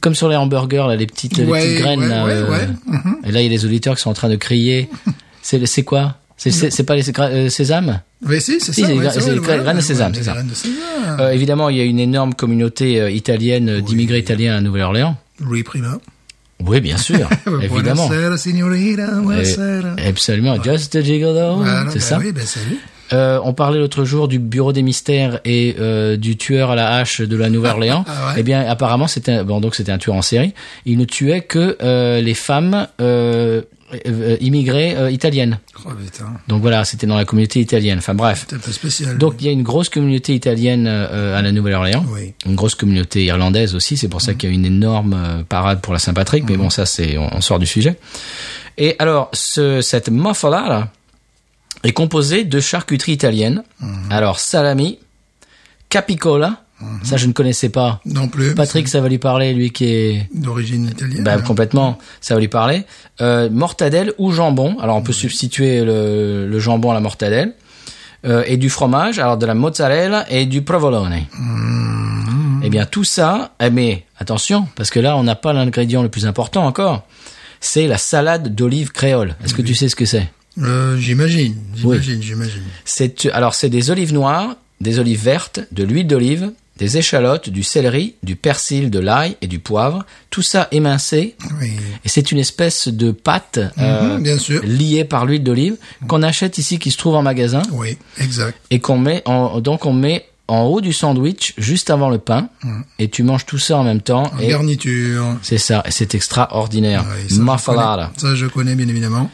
[SPEAKER 1] comme sur les hamburgers, là, les petites, les
[SPEAKER 2] Ouais,
[SPEAKER 1] petites graines.
[SPEAKER 2] ouais,
[SPEAKER 1] là,
[SPEAKER 2] ouais,
[SPEAKER 1] euh,
[SPEAKER 2] ouais. Mhm.
[SPEAKER 1] Et là, il y a les auditeurs qui sont en train de crier. C'est c'est quoi C'est- C'est c'est pas les gra- euh, sésames
[SPEAKER 2] Oui, si, c'est
[SPEAKER 1] Si,
[SPEAKER 2] ça.
[SPEAKER 1] c'est
[SPEAKER 2] ouais,
[SPEAKER 1] gra-
[SPEAKER 2] c'est
[SPEAKER 1] c'est
[SPEAKER 2] vrai,
[SPEAKER 1] les
[SPEAKER 2] voilà,
[SPEAKER 1] graines de
[SPEAKER 2] ouais,
[SPEAKER 1] sésame,
[SPEAKER 2] les
[SPEAKER 1] c'est ça.
[SPEAKER 2] graines de sésame.
[SPEAKER 1] Euh, Évidemment, il y a une énorme communauté euh, italienne euh, d'immigrés italiens à Nouvelle-Orléans.
[SPEAKER 2] Louis Prima. Eh ben,
[SPEAKER 1] Oui, bien sûr, évidemment.
[SPEAKER 2] Buonasera, signorina, buonasera.
[SPEAKER 1] Et- Absolument, just a gigolo,
[SPEAKER 2] Voilà,
[SPEAKER 1] c'est
[SPEAKER 2] ben
[SPEAKER 1] ça.
[SPEAKER 2] Oui, ben c'est lui.
[SPEAKER 1] Euh, on parlait l'autre jour du bureau des mystères et euh, du tueur à la hache de la Nouvelle-Orléans.
[SPEAKER 2] Ah ouais.
[SPEAKER 1] Eh bien, apparemment, c'était un, bon, donc c'était un tueur en série. Il ne tuait que euh, les femmes euh, euh, immigrées euh, italiennes.
[SPEAKER 2] Oh putain,
[SPEAKER 1] Donc voilà, c'était dans la communauté italienne. Enfin bref.
[SPEAKER 2] c'est un peu spécial.
[SPEAKER 1] Donc
[SPEAKER 2] lui.
[SPEAKER 1] il y a une grosse communauté italienne euh, à la Nouvelle-Orléans,
[SPEAKER 2] Oui.
[SPEAKER 1] une grosse communauté irlandaise aussi. C'est pour ça qu'il y a une énorme euh, parade pour la Saint-Patrick. Mais bon, ça c'est on, on sort du sujet. Et alors ce, cette muffala là est composée de charcuterie italienne. Alors salami, capicola. Ça je ne connaissais pas.
[SPEAKER 2] non plus.
[SPEAKER 1] Patrick, ça va lui parler, lui qui est
[SPEAKER 2] c'est d'origine italienne.
[SPEAKER 1] bah,
[SPEAKER 2] hein.
[SPEAKER 1] complètement, ça va lui parler. Euh, mortadelle ou jambon. Alors on peut substituer le, le jambon à la mortadelle. Euh, et du fromage, alors de la mozzarella et du provolone. Eh bien tout ça, eh, mais attention, parce que là on n'a pas l'ingrédient le plus important encore. C'est la salade d'olive créole. Est-ce que tu sais ce que c'est
[SPEAKER 2] Euh, j'imagine, j'imagine, j'imagine.
[SPEAKER 1] C'est alors c'est des olives noires, des olives vertes, de l'huile d'olive, des échalotes, du céleri, du persil, de l'ail et du poivre. Tout ça émincé
[SPEAKER 2] Oui.
[SPEAKER 1] et c'est une espèce de pâte euh,
[SPEAKER 2] Mhm, bien sûr.
[SPEAKER 1] liée par l'huile d'olive qu'on achète ici, qui se trouve en magasin,
[SPEAKER 2] Oui, exact.
[SPEAKER 1] et qu'on met en, donc on met en haut du sandwich juste avant le pain,
[SPEAKER 2] Mhm.
[SPEAKER 1] et tu manges tout ça en même temps.
[SPEAKER 2] En
[SPEAKER 1] et
[SPEAKER 2] garniture.
[SPEAKER 1] c'est ça, et c'est extraordinaire.
[SPEAKER 2] Oui, Ah, ça, je
[SPEAKER 1] Mafalada.
[SPEAKER 2] connais. ça, je connais bien évidemment.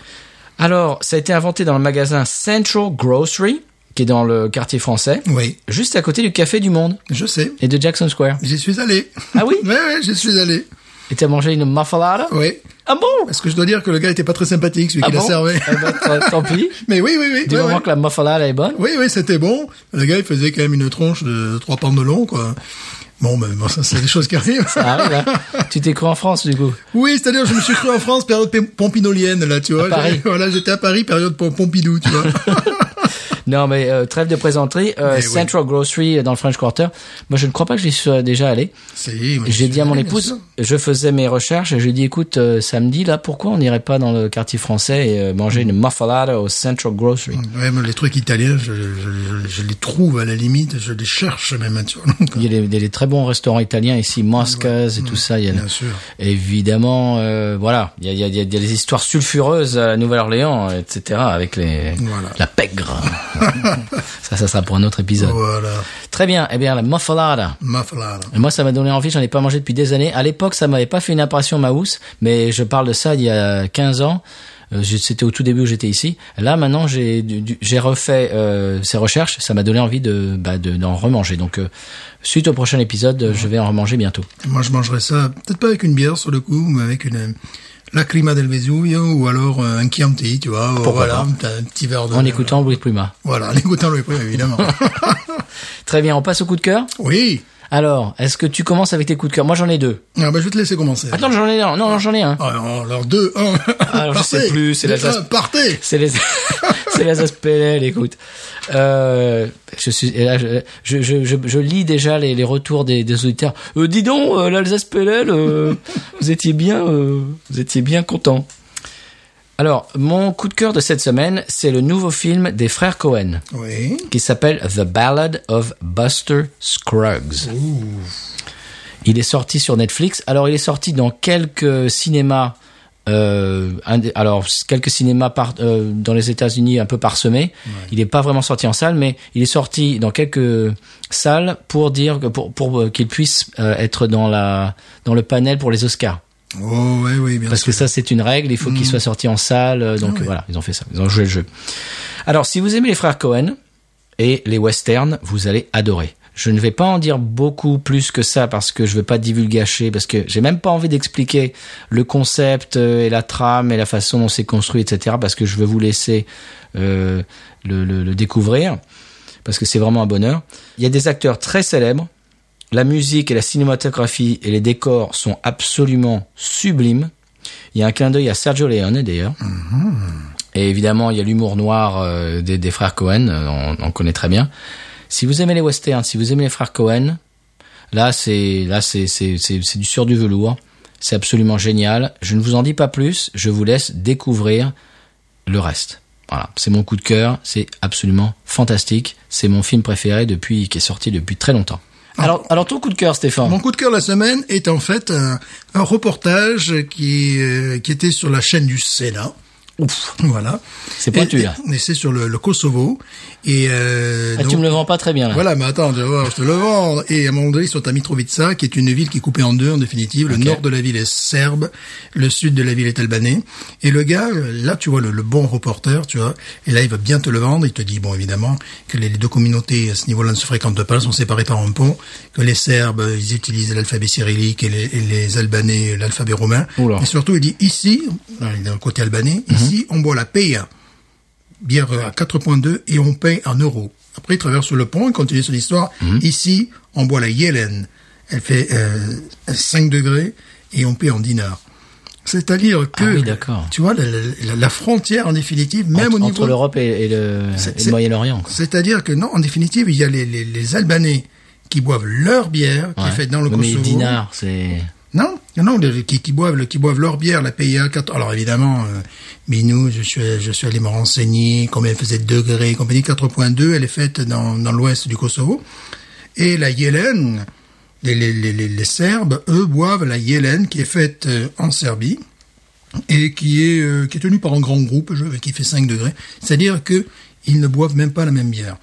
[SPEAKER 1] Alors, ça a été inventé dans le magasin Central Grocery, qui est dans le quartier français,
[SPEAKER 2] Oui,
[SPEAKER 1] juste à côté du Café du Monde
[SPEAKER 2] je sais.
[SPEAKER 1] et de Jackson Square.
[SPEAKER 2] J'y suis allé.
[SPEAKER 1] Ah oui
[SPEAKER 2] Oui, oui, j'y suis allé.
[SPEAKER 1] Et t'as mangé une mafalada
[SPEAKER 2] Oui.
[SPEAKER 1] Ah bon
[SPEAKER 2] Parce que je dois dire que le gars était pas très sympathique, celui
[SPEAKER 1] Ah
[SPEAKER 2] qui
[SPEAKER 1] bon
[SPEAKER 2] l'a servi.
[SPEAKER 1] Eh ben, tant- tant pis.
[SPEAKER 2] Mais oui, oui, oui.
[SPEAKER 1] Du
[SPEAKER 2] oui,
[SPEAKER 1] moment
[SPEAKER 2] oui.
[SPEAKER 1] que la mafalada est bonne.
[SPEAKER 2] Oui, oui, c'était bon. Le gars, il faisait quand même une tronche de trois pommes de long, quoi. Bon, ben, bon, ça, c'est des choses qui arrivent.
[SPEAKER 1] Ça arrive, hein. tu t'es cru en France, du coup.
[SPEAKER 2] Oui, c'est-à-dire, je me suis cru en France, période pé- pompidolienne, là, tu vois.
[SPEAKER 1] À Paris.
[SPEAKER 2] J'ai- Voilà, j'étais à Paris, période pom- Pompidou, tu vois.
[SPEAKER 1] Non, mais euh, trêve de plaisanterie. euh,
[SPEAKER 2] Mais Eh oui.
[SPEAKER 1] Central Grocery euh, dans le French Quarter. Moi, je ne crois pas que j'y sois déjà allé.
[SPEAKER 2] Si, moi,
[SPEAKER 1] J'ai
[SPEAKER 2] je suis
[SPEAKER 1] dit à mon
[SPEAKER 2] allé, bien
[SPEAKER 1] épouse,
[SPEAKER 2] sûr.
[SPEAKER 1] je faisais mes recherches et je lui ai dit, écoute, euh, samedi, là, pourquoi on n'irait pas dans le quartier français et euh, manger une muffalada au Central Grocery
[SPEAKER 2] Même les trucs italiens, je, je- je- je les trouve à la limite, je les cherche même, hein, tu vois. donc,
[SPEAKER 1] Il y a des, des- des très bons restaurants italiens ici, Moscas et tout ça. Il y a,
[SPEAKER 2] Bien sûr.
[SPEAKER 1] évidemment, euh, voilà, il y a, il y, a, il y a des histoires sulfureuses à la Nouvelle-Orléans, etc., avec les
[SPEAKER 2] Voilà.
[SPEAKER 1] la pègre. ça, ça sera pour un autre épisode.
[SPEAKER 2] Voilà.
[SPEAKER 1] Très bien. Eh bien, la muffalada.
[SPEAKER 2] Mafalada.
[SPEAKER 1] Et Moi, ça m'a donné envie, j'en ai pas mangé depuis des années. À l'époque, ça m'avait pas fait une impression Maus, mais je parle de ça il y a 15 ans. Euh, je- C'était au tout début où j'étais ici. Là, maintenant, j'ai du- du- j'ai refait euh, ces recherches. Ça m'a donné envie de bah, de- d'en remanger. Donc, euh, suite au prochain épisode, euh, je vais en remanger bientôt.
[SPEAKER 2] Moi, je mangerais ça, peut-être pas avec une bière sur le coup, mais avec une euh, lacrima del Vesuvio ou alors euh, un Chianti, tu vois. voilà, un petit verre de...
[SPEAKER 1] En écoutant Bruit de Pluma.
[SPEAKER 2] Voilà, en écoutant le prix, évidemment.
[SPEAKER 1] Très bien, on passe au coup de cœur.
[SPEAKER 2] oui.
[SPEAKER 1] Alors, est-ce que tu commences avec tes coups de cœur Moi, j'en ai deux.
[SPEAKER 2] Ah, bah, je vais te laisser commencer.
[SPEAKER 1] Attends, j'en ai un. Non, non, j'en ai un.
[SPEAKER 2] Alors, alors deux, un.
[SPEAKER 1] Alors, je sais
[SPEAKER 2] Partez.
[SPEAKER 1] plus, c'est la
[SPEAKER 2] Deux, un,
[SPEAKER 1] chasse.
[SPEAKER 2] Partez.
[SPEAKER 1] C'est les, c'est les Aspelel, écoute. Euh, je suis, et là, je, je, je, je, je lis déjà les, les retours des, des auditeurs. Euh, dis donc, euh, l'Alsace PLL, euh, vous étiez bien, euh, vous étiez bien content. Alors, mon coup de cœur de cette semaine, c'est le nouveau film des frères Cohen
[SPEAKER 2] Oui.
[SPEAKER 1] qui s'appelle The Ballad of Buster Scruggs. Il est sorti sur Netflix. Alors, il est sorti dans quelques cinémas. euh, indé- alors, quelques cinémas par, euh, dans les États-Unis un peu parsemés. Il n'est pas vraiment sorti en salle, mais il est sorti dans quelques salles pour dire que pour, pour euh, qu'il puisse euh, être dans la dans le panel pour les Oscars.
[SPEAKER 2] Oh, oui, oui, bien
[SPEAKER 1] Parce que
[SPEAKER 2] sûr. Mm.
[SPEAKER 1] ça, c'est une règle. Il faut qu'il soit sorti en salle. euh, Donc
[SPEAKER 2] Ah oui.
[SPEAKER 1] voilà, ils ont fait ça. Ils ont joué le jeu. Alors, si vous aimez les frères Cohen et les westerns, vous allez adorer. Je ne vais pas en dire beaucoup plus que ça parce que je veux pas divulgacher, parce que j'ai même pas envie d'expliquer le concept euh, et la trame et la façon dont c'est construit, etc. Parce que je veux vous laisser euh, le, le- le découvrir, parce que c'est vraiment un bonheur. Il y a des acteurs très célèbres. La musique et la cinématographie et les décors sont absolument sublimes. Il y a un clin d'œil à Sergio Leone d'ailleurs. Et évidemment, il y a l'humour noir euh, des, des frères Cohen, euh, on, on connaît très bien. Si vous aimez les westerns, si vous aimez les frères Cohen, là c'est là c'est c'est c'est c'est du sur du velours. C'est absolument génial. Je ne vous en dis pas plus. Je vous laisse découvrir le reste. Voilà, c'est mon coup de cœur. C'est absolument fantastique. C'est mon film préféré depuis qui est sorti depuis très longtemps. Alors alors ton coup de cœur, Stéphane.
[SPEAKER 2] Mon coup de cœur la semaine est en fait un, un reportage qui, euh, qui était sur la chaîne du Sénat.
[SPEAKER 1] Ouf,
[SPEAKER 2] Voilà.
[SPEAKER 1] c'est pointu
[SPEAKER 2] Et-
[SPEAKER 1] là.
[SPEAKER 2] Et, et c'est sur le, le Kosovo. Et euh,
[SPEAKER 1] Ah, tu
[SPEAKER 2] donc-
[SPEAKER 1] me le vends pas très bien là.
[SPEAKER 2] Voilà, mais attends, je, vais voir, je te le vends. Et à un moment donné, ils sont à Mitrovica, qui est une ville qui est coupée en deux, en définitive. Le
[SPEAKER 1] Ok.
[SPEAKER 2] nord de la ville est serbe, le sud de la ville est albanais. Et le gars, euh, là, tu vois, le, le bon reporter, tu vois, et là, il va bien te le vendre. Il te dit, bon, évidemment, que les, les deux communautés à ce niveau-là ne se fréquentent pas, elles sont séparées par un pont, que les Serbes, euh, ils utilisent l'alphabet cyrillique et les, et les Albanais, euh, l'alphabet roumain.
[SPEAKER 1] Oula. Mhm.
[SPEAKER 2] Et surtout, il dit, ici, là, il est d'un côté albanais, ici, on boit la paix bière à 4.2 et on paye en euros. Après, il traverse le pont, il continue son histoire.
[SPEAKER 1] Mhm.
[SPEAKER 2] Ici, on boit la Yelen. Elle fait euh, 5 degrés et on paye en dinars. C'est-à-dire que,
[SPEAKER 1] Ah oui, d'accord.
[SPEAKER 2] tu vois, la, la- la frontière, en définitive, même
[SPEAKER 1] entre,
[SPEAKER 2] au
[SPEAKER 1] entre
[SPEAKER 2] niveau...
[SPEAKER 1] l'Europe et, et le,
[SPEAKER 2] C'est-
[SPEAKER 1] et le
[SPEAKER 2] c'est-
[SPEAKER 1] Moyen-Orient. quoi.
[SPEAKER 2] C'est-à-dire que, non, en définitive, il y a les, les- les Albanais qui boivent leur bière, qui
[SPEAKER 1] Ouais.
[SPEAKER 2] est faite dans le
[SPEAKER 1] Non,
[SPEAKER 2] Kosovo.
[SPEAKER 1] Mais dinar, c'est.
[SPEAKER 2] Non, non, non, les- qui, qui boivent, le- qui boivent leur bière, la PIA 4. Alors évidemment, euh, Minou, je suis, je suis allé me renseigner combien elle faisait de degrés, compagnie 4.2, elle est faite dans, dans l'ouest du Kosovo. Et la Yelen, les, les, les, les, les Serbes, eux boivent la Yelen qui est faite euh, en Serbie et qui est, euh, qui est tenue par un grand groupe je- qui fait 5 degrés. C'est-à-dire que ils ne boivent même pas la même bière.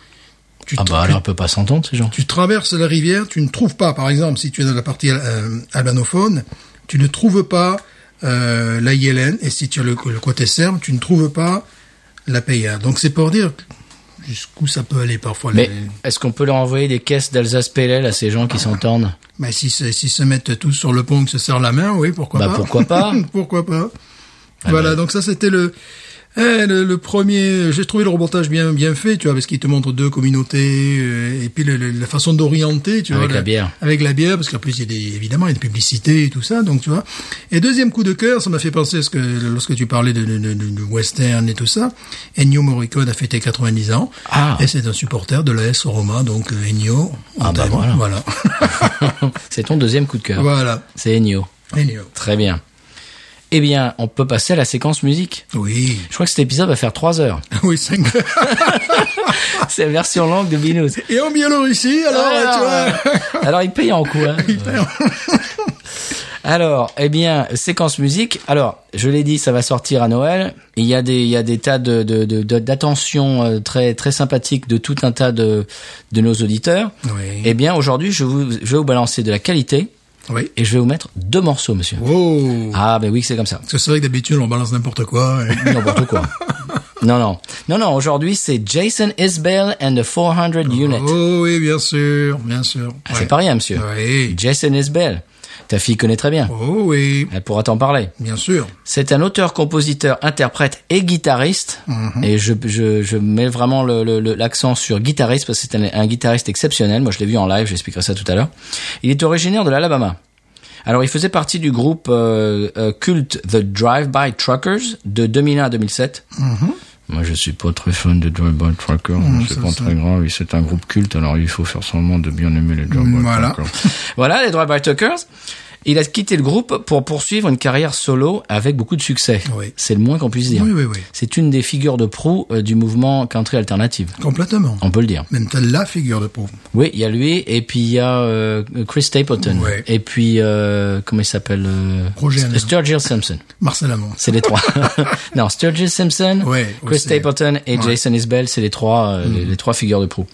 [SPEAKER 2] Tu
[SPEAKER 1] Ah
[SPEAKER 2] te-
[SPEAKER 1] bah
[SPEAKER 2] tu-
[SPEAKER 1] alors on peut pas s'entendre ces gens.
[SPEAKER 2] tu traverses la rivière, tu ne trouves pas, par exemple, si tu es dans la partie euh, albanophone, tu ne trouves pas euh, la Yelen, et si tu as le, le côté serbe, tu ne trouves pas la Peya. Donc c'est pour dire jusqu'où ça peut aller parfois.
[SPEAKER 1] Mais
[SPEAKER 2] les-
[SPEAKER 1] est-ce qu'on peut leur envoyer des caisses d'Alsace PLL à ces gens qui s'entendent
[SPEAKER 2] Mais s'ils se, s'ils se mettent tous sur le pont, que se serrent la main, oui, pourquoi
[SPEAKER 1] Bah,
[SPEAKER 2] pas
[SPEAKER 1] pourquoi pas
[SPEAKER 2] Pourquoi pas
[SPEAKER 1] Ah,
[SPEAKER 2] Voilà, donc ça c'était le, eh, le le premier. J'ai trouvé le reportage bien bien fait, tu vois, parce qu'il te montre deux communautés euh, et puis le- le- la façon d'orienter, tu
[SPEAKER 1] Avec
[SPEAKER 2] vois,
[SPEAKER 1] la bière.
[SPEAKER 2] avec la bière, parce qu'en plus il y a des, évidemment il y a des publicités et tout ça, donc tu vois. Et deuxième coup de cœur, ça m'a fait penser à ce que lorsque tu parlais de, de, de, de- de western et tout ça, Ennio Morricone a fêté 90 ans
[SPEAKER 1] Ah.
[SPEAKER 2] et c'est un supporter de la S Roma, donc euh, Ennio. on
[SPEAKER 1] Ah, bah,
[SPEAKER 2] t'aime,
[SPEAKER 1] voilà.
[SPEAKER 2] voilà.
[SPEAKER 1] C'est ton deuxième coup de cœur.
[SPEAKER 2] Voilà.
[SPEAKER 1] C'est Ennio.
[SPEAKER 2] Ennio.
[SPEAKER 1] Très bien. Eh bien, on peut passer à la séquence musique.
[SPEAKER 2] Oui.
[SPEAKER 1] Je crois que cet épisode va faire trois heures.
[SPEAKER 2] Oui, cinq.
[SPEAKER 1] C'est la version longue de Binous.
[SPEAKER 2] Et en Biélorussie, alors, Ah, tu vois.
[SPEAKER 1] Alors, alors, il paye en quoi Alors, eh bien, séquence musique. Alors, je l'ai dit, ça va sortir à Noël. Il y a des, il y a des tas de, de, de- de- d'attentions euh, très, très sympathiques de tout un tas de, de nos auditeurs.
[SPEAKER 2] Oui.
[SPEAKER 1] Eh bien, aujourd'hui, je, vous, je vais vous balancer de la qualité
[SPEAKER 2] Oui.
[SPEAKER 1] et je vais vous mettre deux morceaux, monsieur.
[SPEAKER 2] Wow.
[SPEAKER 1] Ah, ben oui, que c'est comme ça.
[SPEAKER 2] Parce que c'est vrai que d'habitude, on balance n'importe quoi. et-
[SPEAKER 1] N'importe quoi. Non, non. Non, non, aujourd'hui, c'est Jason Isbell and the 400 Unit.
[SPEAKER 2] Oh oui, bien sûr, bien sûr.
[SPEAKER 1] Ah,
[SPEAKER 2] Ouais.
[SPEAKER 1] C'est pas rien, monsieur.
[SPEAKER 2] Oui.
[SPEAKER 1] Jason Isbell. Ta fille connaît très bien.
[SPEAKER 2] Oh oui,
[SPEAKER 1] Elle pourra t'en parler.
[SPEAKER 2] bien sûr.
[SPEAKER 1] C'est un auteur, compositeur, interprète et guitariste.
[SPEAKER 2] Mhm.
[SPEAKER 1] Et je, je, je mets vraiment le- le- le- l'accent sur guitariste parce que c'est un, un guitariste exceptionnel. Moi, je l'ai vu en live, j'expliquerai ça tout à l'heure. Il est originaire de l'Alabama. Alors, il faisait partie du groupe euh, euh, culte The Drive-By Truckers de 2001 à 2007. Moi, je suis pas très fan de Drive-By Truckers. mais c'est
[SPEAKER 2] Mhm. ça,
[SPEAKER 1] pas
[SPEAKER 2] ça.
[SPEAKER 1] très grave. Et C'est un groupe culte, alors il faut faire semblant de bien aimer les Drive-By
[SPEAKER 2] Voilà.
[SPEAKER 1] Truckers. voilà, les Drive-By Truckers. Il a quitté le groupe pour poursuivre une carrière solo avec beaucoup de succès.
[SPEAKER 2] Oui.
[SPEAKER 1] C'est le moins qu'on puisse dire.
[SPEAKER 2] Oui, oui, oui.
[SPEAKER 1] C'est une des figures de proue euh, du mouvement country alternative.
[SPEAKER 2] Complètement.
[SPEAKER 1] On peut le dire.
[SPEAKER 2] Même t'as la figure de pauvre.
[SPEAKER 1] Oui, il y a lui et puis il y a euh, Chris Stapleton
[SPEAKER 2] Ouais.
[SPEAKER 1] et puis euh, comment il s'appelle euh,
[SPEAKER 2] Roger Allen.
[SPEAKER 1] Sturgill Simpson.
[SPEAKER 2] Marcel Amont.
[SPEAKER 1] C'est les trois. non, Sturgill Simpson,
[SPEAKER 2] Ouais, Mhm.
[SPEAKER 1] Chris
[SPEAKER 2] aussi.
[SPEAKER 1] Stapleton et Jason Isbell, c'est les trois, euh, les, les trois figures de proue.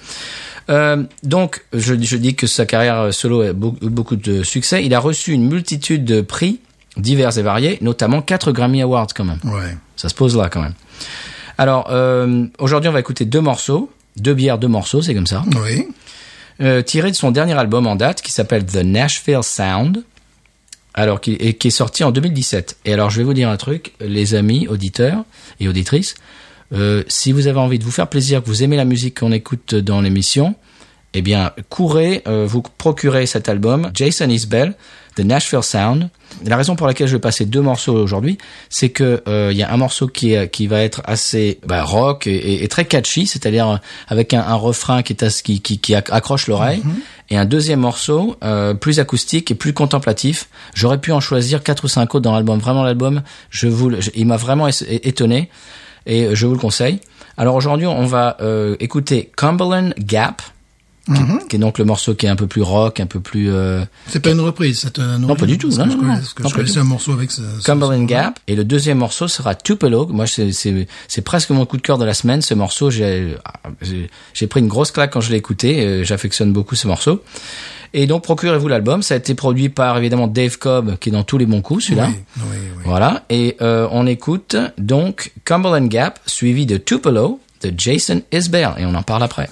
[SPEAKER 1] Euh, donc, je, je dis que sa carrière euh, solo a beau- eu beaucoup de succès. Il a reçu une multitude de prix divers et variés, notamment quatre Grammy Awards quand même.
[SPEAKER 2] Ouais.
[SPEAKER 1] Ça se pose là quand même. Alors, euh, aujourd'hui, on va écouter deux morceaux, deux bières, deux morceaux, c'est comme ça.
[SPEAKER 2] Oui.
[SPEAKER 1] euh, tiré de son dernier album en date qui s'appelle The Nashville Sound. Alors, qui, et qui est sorti en 2017. Et alors, je vais vous dire un truc, les amis, auditeurs et auditrices. euh, si vous avez envie de vous faire plaisir, que vous aimez la musique qu'on écoute dans l'émission, eh bien, courez, euh, vous procurez cet album, Jason Isbell, The Nashville Sound. La raison pour laquelle je vais passer deux morceaux aujourd'hui, c'est que euh, il y a un morceau qui, est- qui va être assez bah, rock et, et- et très catchy, c'est-à-dire euh, avec un, un refrain qui, est assez- qui, qui, qui acc- accroche l'oreille, et un deuxième morceau euh, plus acoustique et plus contemplatif. J'aurais pu en choisir quatre ou cinq autres dans l'album. Vraiment, l'album, je vous, le- je- il m'a vraiment es- étonné et je vous le conseille. Alors aujourd'hui, on va euh, écouter Cumberland Gap, qui, qui est donc le morceau qui est un peu plus rock, un peu plus euh,
[SPEAKER 2] C'est pas une reprise, c'est un
[SPEAKER 1] Non, pas du tout,
[SPEAKER 2] parce que
[SPEAKER 1] non,
[SPEAKER 2] je
[SPEAKER 1] non,
[SPEAKER 2] connais-
[SPEAKER 1] non.
[SPEAKER 2] parce que
[SPEAKER 1] Non,
[SPEAKER 2] je
[SPEAKER 1] pas du
[SPEAKER 2] connaissais un morceau avec ce. ce-
[SPEAKER 1] Cumberland Gap. Et le deuxième morceau sera Tupelo. Moi, c'est- c'est c'est presque mon coup de cœur de la semaine. Ce morceau, j'ai ah, j'ai- j'ai pris une grosse claque quand je l'ai écouté. Euh, J'affectionne beaucoup ce morceau. Et donc, procurez-vous l'album. Ça a été produit par évidemment Dave Cobb, qui est dans tous les bons coups,
[SPEAKER 2] Oui,
[SPEAKER 1] celui-là.
[SPEAKER 2] oui, oui.
[SPEAKER 1] Voilà. Et euh, on écoute donc Cumberland Gap, suivi de Tupelo de Jason Isbell. Et on en parle après.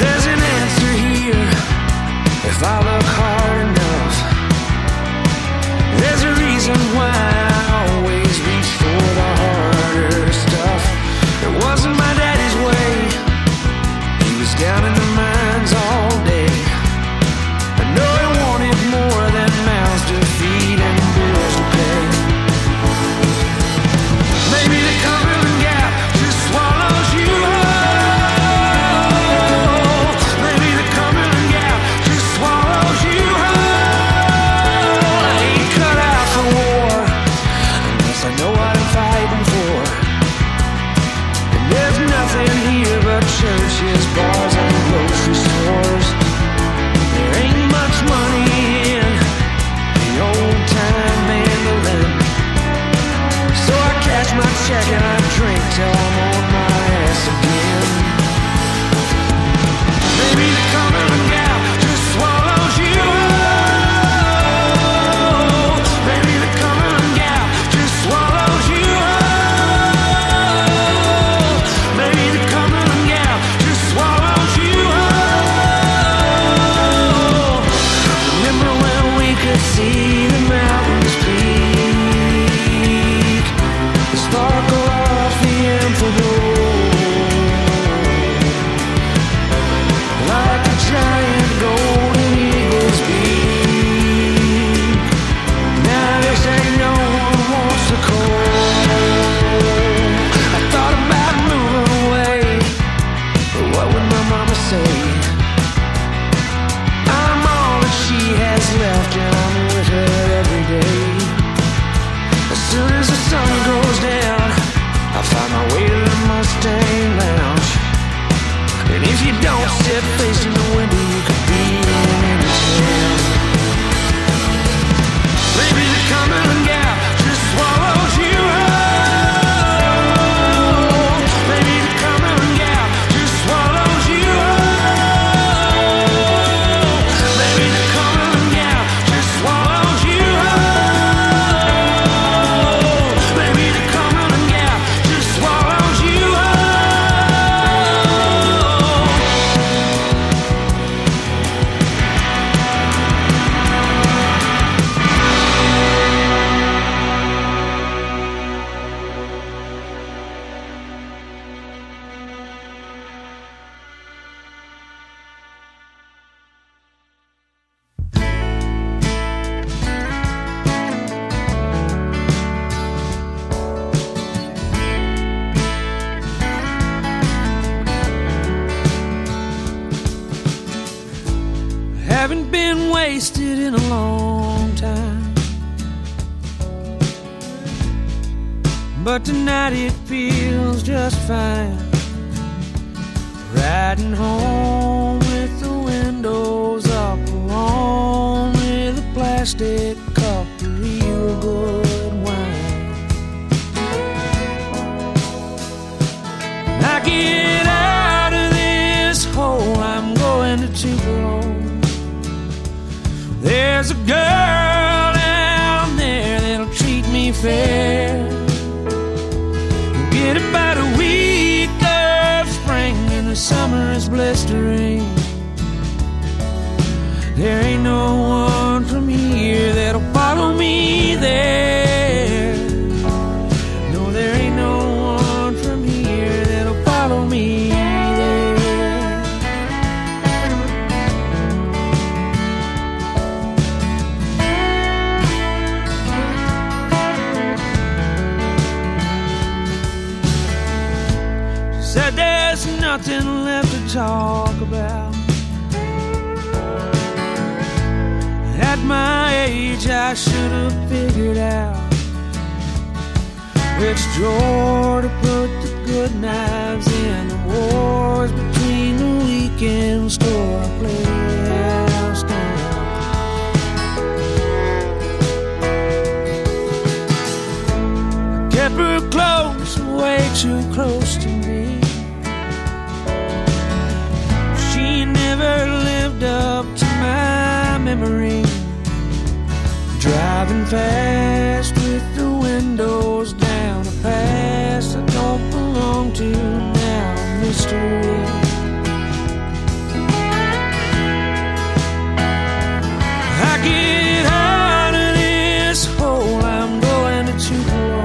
[SPEAKER 8] There's an answer here if I look hard enough. There's a reason why I always reach for the harder stuff. It wasn't my daddy's way. He was down in the mines all day. I know he wanted more than mouths to feed and bills to pay. Maybe the Cumberland Gap just swallows you whole. Maybe the Cumberland Gap just swallows you whole. I ain't cut out for war unless I know what I'm fighting for. And there's nothing here but churches, bars, and grocery stores. There ain't much money in the old-time mandolin. So I cash my check and I drink till I'm on my ass again. Maybe the Cumberland Gap just swallows you whole. Maybe the Cumberland Gap just swallows you whole. Maybe the Cumberland Gap just swallows you whole. Remember when we could see the mountains peak, the sparkle off the infrared, like a giant golden eagle's beak. Now this ain't no one wants to call. I thought about moving away, but what would my mama say? I'm all that she has left, and I'm with her every day. As soon as the sun goes down, I find my way to the Mustang Lounge. And if you don't sit facing the window, you could be in any town. Maybe the Cumberland Gap just swallows you whole. Maybe the Cumberland Gap just swallows you whole. Maybe the Cumberland Gap just swallows you whole. Maybe the Cumberland Gap just swallows you whole. Haven't been wasted in a long time. But tonight it feels just fine. Riding home with the windows up alone. plastic cup to real good wine. I get out of this hole, I'm going to Tupelo. There's a girl down there that'll treat me fair. Get about a week of spring and the summer is blistering. There ain't no one from here that'll follow me there. No, there ain't no one from here that'll follow me there. Said there's nothing left to talk about. At my age, I should have figured out which drawer to put the good knives in. The wars between the weekend store and playhouse town. kept her close, way too close to me. She never lived up to my memory. Driving fast with the windows down, a past I don't belong to now, mystery. I get out of this hole, I'm going to Tupelo.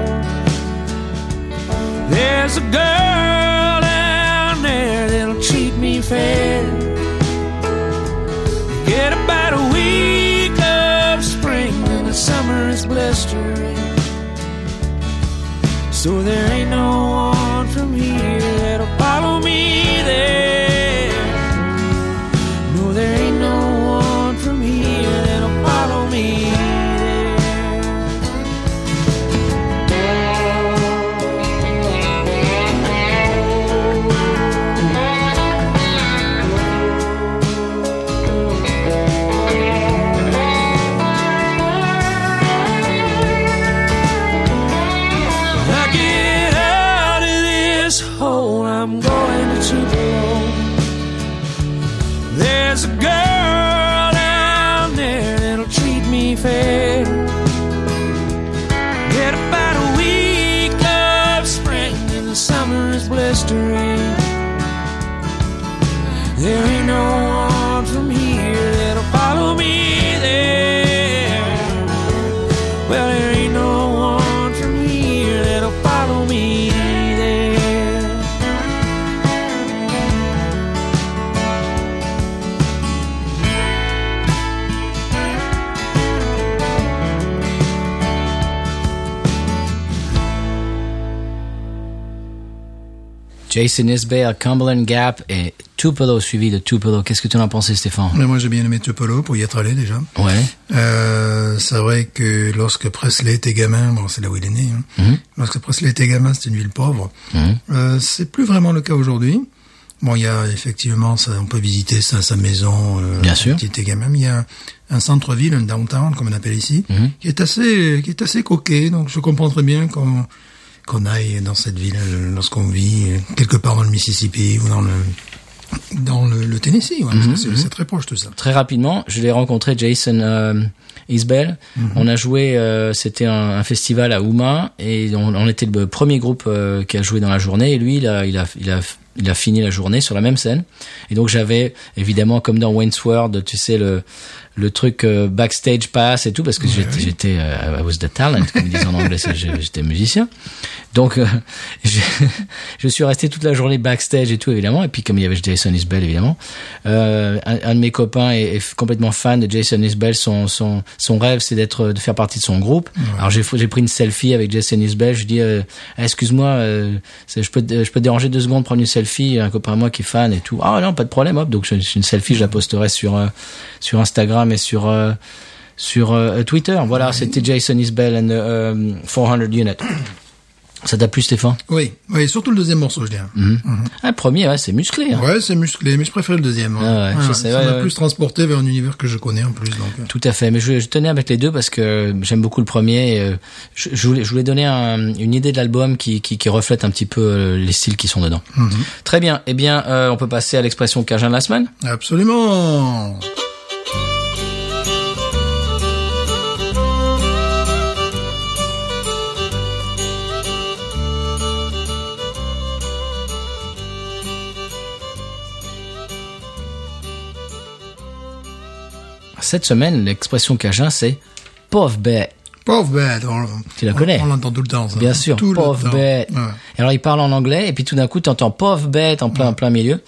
[SPEAKER 8] There's a girl down there that'll treat me fair. Get about a week of spring and the summer is blistering. So there ain't no one from here that'll follow me there. No, there ain't no one from here that'll follow me there. I get out of this hole, I'm going to Tupelo. There's a girl down there that'll treat me fair. Get about a week of spring and the summer is blistering. There ain't no one from here that'll follow me there. Well, there ain't no one from here that'll follow me there.
[SPEAKER 1] Jason Isbell, Cumberland Gap et Tupelo suivi de Tupelo. Qu'est-ce que tu en as pensé, Stéphane
[SPEAKER 2] Mais moi, j'ai bien aimé Tupelo pour y être allé déjà.
[SPEAKER 1] Ouais.
[SPEAKER 2] Euh, c'est vrai que lorsque Presley était gamin, bon, c'est là où il est né. hein.
[SPEAKER 1] Mhm.
[SPEAKER 2] Lorsque Presley était gamin, c'était une ville pauvre. Euh, c'est plus vraiment le cas aujourd'hui. Bon, il y a effectivement, ça, on peut visiter sa, sa maison. Euh,
[SPEAKER 1] Bien sûr.
[SPEAKER 2] Qui était gamin. mais Il y a un, un centre-ville, un downtown, comme on appelle ici,
[SPEAKER 1] Mhm.
[SPEAKER 2] qui est assez, qui est assez coquet. Donc, je comprends très bien qu'on qu'on aille dans cette ville euh, lorsqu'on vit euh, quelque part dans le Mississippi ou dans le dans le, le Tennessee. ouais, parce
[SPEAKER 1] Mhm,
[SPEAKER 2] que c'est- C'est très proche tout ça.
[SPEAKER 1] Très rapidement, je l'ai rencontré, Jason euh, Isbell. On a joué, euh, c'était un, un festival à Houma et on, on était le premier groupe euh, qui a joué dans la journée. Et lui, il a, il a, il a, il a fini la journée sur la même scène. Et donc j'avais évidemment, comme dans Wayne's World, tu sais le le truc euh, backstage pass et tout parce que j'étais, j'étais euh, I was the talent comme ils disent en anglais, c'est- j'ai- j'étais musicien. Donc, euh, je, je suis resté toute la journée backstage et tout, évidemment. Et puis, comme il y avait Jason Isbell, évidemment, euh, un, un de mes copains est, est complètement fan de Jason Isbell. Son, son, son rêve, c'est d'être, de faire partie de son groupe. Alors, j'ai, j'ai pris une selfie avec Jason Isbell. Je lui dis, euh, Ah, excuse-moi, euh, c'est- je, peux, te- je peux te déranger deux secondes, prendre une selfie. Un copain à moi qui est fan et tout. Ah non, pas de problème. Hop. Donc, je- je- une selfie, je la posterai sur, euh, sur Instagram et sur, euh, um, sur euh, Twitter. Voilà, c'était Jason Isbell and euh, 400 Unit. Ça t'a plu, Stéphane
[SPEAKER 2] Oui, oui, surtout le deuxième morceau, je dirais.
[SPEAKER 1] Ah, le premier, ouais, c'est musclé. hein.
[SPEAKER 2] Ouais, c'est musclé, mais je préfère le deuxième. hein.
[SPEAKER 1] Ah ouais, ça, c'est
[SPEAKER 2] ça
[SPEAKER 1] vrai,
[SPEAKER 2] m'a
[SPEAKER 1] ouais.
[SPEAKER 2] plus transporté vers un univers que je connais en plus. Donc, euh.
[SPEAKER 1] Tout à fait, mais je, je tenais à mettre les deux parce que j'aime beaucoup le premier. et, euh, Je, je voulais, je voulais donner un- une idée de l'album qui, qui, qui reflète un petit peu euh, les styles qui sont dedans.
[SPEAKER 2] Mhm.
[SPEAKER 1] Très bien, eh bien, euh, on peut passer à l'expression Cajun de la semaine.
[SPEAKER 2] absolument.
[SPEAKER 1] Cette semaine, l'expression Cajun, c'est « pauvre bête
[SPEAKER 2] Pauvre bête. on-
[SPEAKER 1] Tu la
[SPEAKER 2] on-
[SPEAKER 1] connais
[SPEAKER 2] On l'entend tout le temps. ça.
[SPEAKER 1] Bien sûr,
[SPEAKER 2] Ah, tout le
[SPEAKER 1] pauvre
[SPEAKER 2] temps.
[SPEAKER 1] bête.
[SPEAKER 2] Ouais.
[SPEAKER 1] Et alors il parle en anglais et puis tout d'un coup tu entends pauvre bête en plein
[SPEAKER 2] Mm.
[SPEAKER 1] en plein milieu.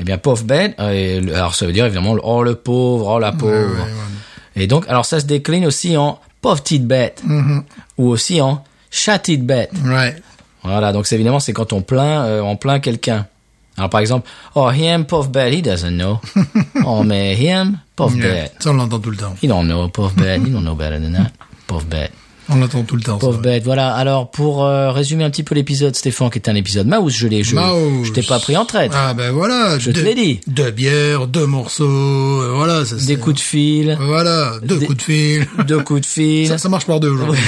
[SPEAKER 1] Eh bien pauvre bête, euh, et le- alors ça veut dire évidemment le- oh le pauvre, oh la pauvre.
[SPEAKER 2] Ouais, ouais, ouais.
[SPEAKER 1] Et donc alors ça se décline aussi en pauvre petite bête
[SPEAKER 2] Mm-hmm.
[SPEAKER 1] ou aussi en chat petite bête.
[SPEAKER 2] Ouais.
[SPEAKER 1] Voilà, donc c'est évidemment c'est quand on plaint euh, on plaint quelqu'un. Alors par exemple, oh him pauvre bête, he doesn't know. oh mais him pauvre
[SPEAKER 2] Ouais.
[SPEAKER 1] bête.
[SPEAKER 2] Ça, on l'entend tout le temps.
[SPEAKER 1] He don't know pauvre bête, he don't know better than that. Pauvre bête.
[SPEAKER 2] On l'entend tout le temps. ça,
[SPEAKER 1] Pauvre
[SPEAKER 2] ouais.
[SPEAKER 1] bête, voilà. Alors, pour euh, résumer un petit peu l'épisode, Stéphane, qui est un épisode Mouse, je l'ai, je,
[SPEAKER 2] Mouse.
[SPEAKER 1] je t'ai pas pris en traite.
[SPEAKER 2] Ah ben voilà.
[SPEAKER 1] Je te
[SPEAKER 2] deux-
[SPEAKER 1] l'ai dit.
[SPEAKER 2] Deux bières, deux morceaux, euh, voilà. Ça,
[SPEAKER 1] Des coups de fil,
[SPEAKER 2] Voilà, deux
[SPEAKER 1] Des-
[SPEAKER 2] coups de fil.
[SPEAKER 1] deux coups de fil,
[SPEAKER 2] Ça, ça marche par deux aujourd'hui.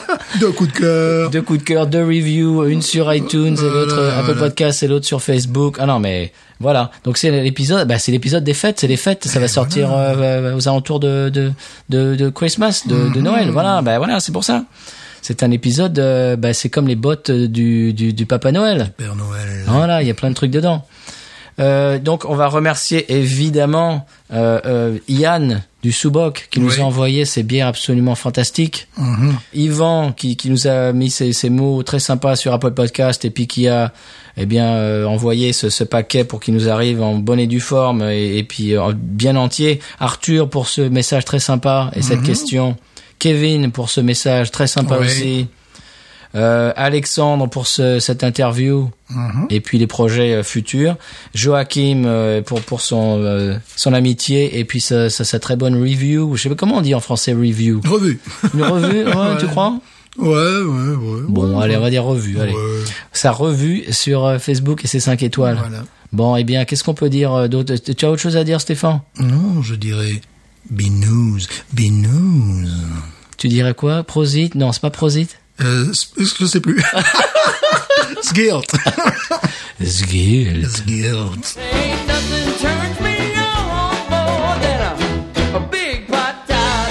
[SPEAKER 2] deux coups de cœur.
[SPEAKER 1] deux coups de cœur, deux reviews, une sur iTunes et
[SPEAKER 2] Voilà,
[SPEAKER 1] l'autre euh, Apple
[SPEAKER 2] voilà.
[SPEAKER 1] Podcast et l'autre sur Facebook. Ah non, mais voilà. Donc c'est l'épisode, bah, c'est l'épisode des fêtes, c'est les fêtes. Ça va sortir euh, euh, aux alentours de de de, de Christmas, de,
[SPEAKER 2] Mhm.
[SPEAKER 1] de Noël. Voilà, bah voilà, c'est pour ça. C'est un épisode, euh, bah, c'est comme les bottes euh, du du, du Papa Noël.
[SPEAKER 2] Père Noël.
[SPEAKER 1] Voilà, il y a plein de trucs dedans. Euh, donc, on va remercier évidemment euh, euh, Yann du Souboc qui nous
[SPEAKER 2] Oui.
[SPEAKER 1] a envoyé ces bières absolument fantastiques.
[SPEAKER 2] Mhm.
[SPEAKER 1] Yvan qui, qui nous a mis ces, ces mots très sympas sur Apple Podcast et puis qui a eh bien euh, envoyé ce, ce paquet pour qu'il nous arrive en bonne et due forme et, et puis euh, bien entier. Arthur pour ce message très sympa et cette question. Kevin pour ce message très sympa
[SPEAKER 2] Oui.
[SPEAKER 1] aussi. Euh, Alexandre pour ce, cette interview
[SPEAKER 2] Mhm.
[SPEAKER 1] et puis les projets euh, futurs. Joachim euh, pour pour son euh, son amitié et puis sa, sa, sa très bonne review. Je sais pas comment on dit en français review.
[SPEAKER 2] Revue.
[SPEAKER 1] Une revue, ouais, tu crois
[SPEAKER 2] Ouais, ouais, ouais.
[SPEAKER 1] Bon,
[SPEAKER 2] ouais.
[SPEAKER 1] allez, on va dire revue. Allez,
[SPEAKER 2] Ouais,
[SPEAKER 1] sa revue sur euh, Facebook et ses 5 étoiles.
[SPEAKER 2] Voilà.
[SPEAKER 1] Bon, eh bien, qu'est-ce qu'on peut dire euh, d'autre Tu as autre chose à dire, Stéphane
[SPEAKER 2] Non, je dirais binous, binous.
[SPEAKER 1] Tu dirais quoi Prosite Non, c'est pas prosite.
[SPEAKER 2] Euh, s- je sais plus. Sgilt.
[SPEAKER 1] Zgil.
[SPEAKER 2] Sgilt.
[SPEAKER 8] Ain't nothing turns me on more than a, a big patat.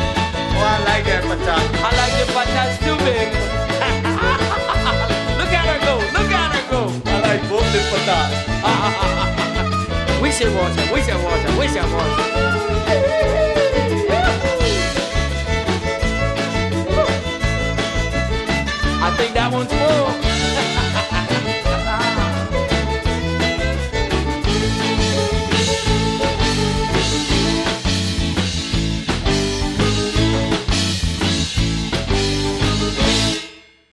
[SPEAKER 8] Oh, I like that patat. I like the patats too big. look at her go, look at her go. I like both the patats. we should watch her, we should watch her, we should watch her.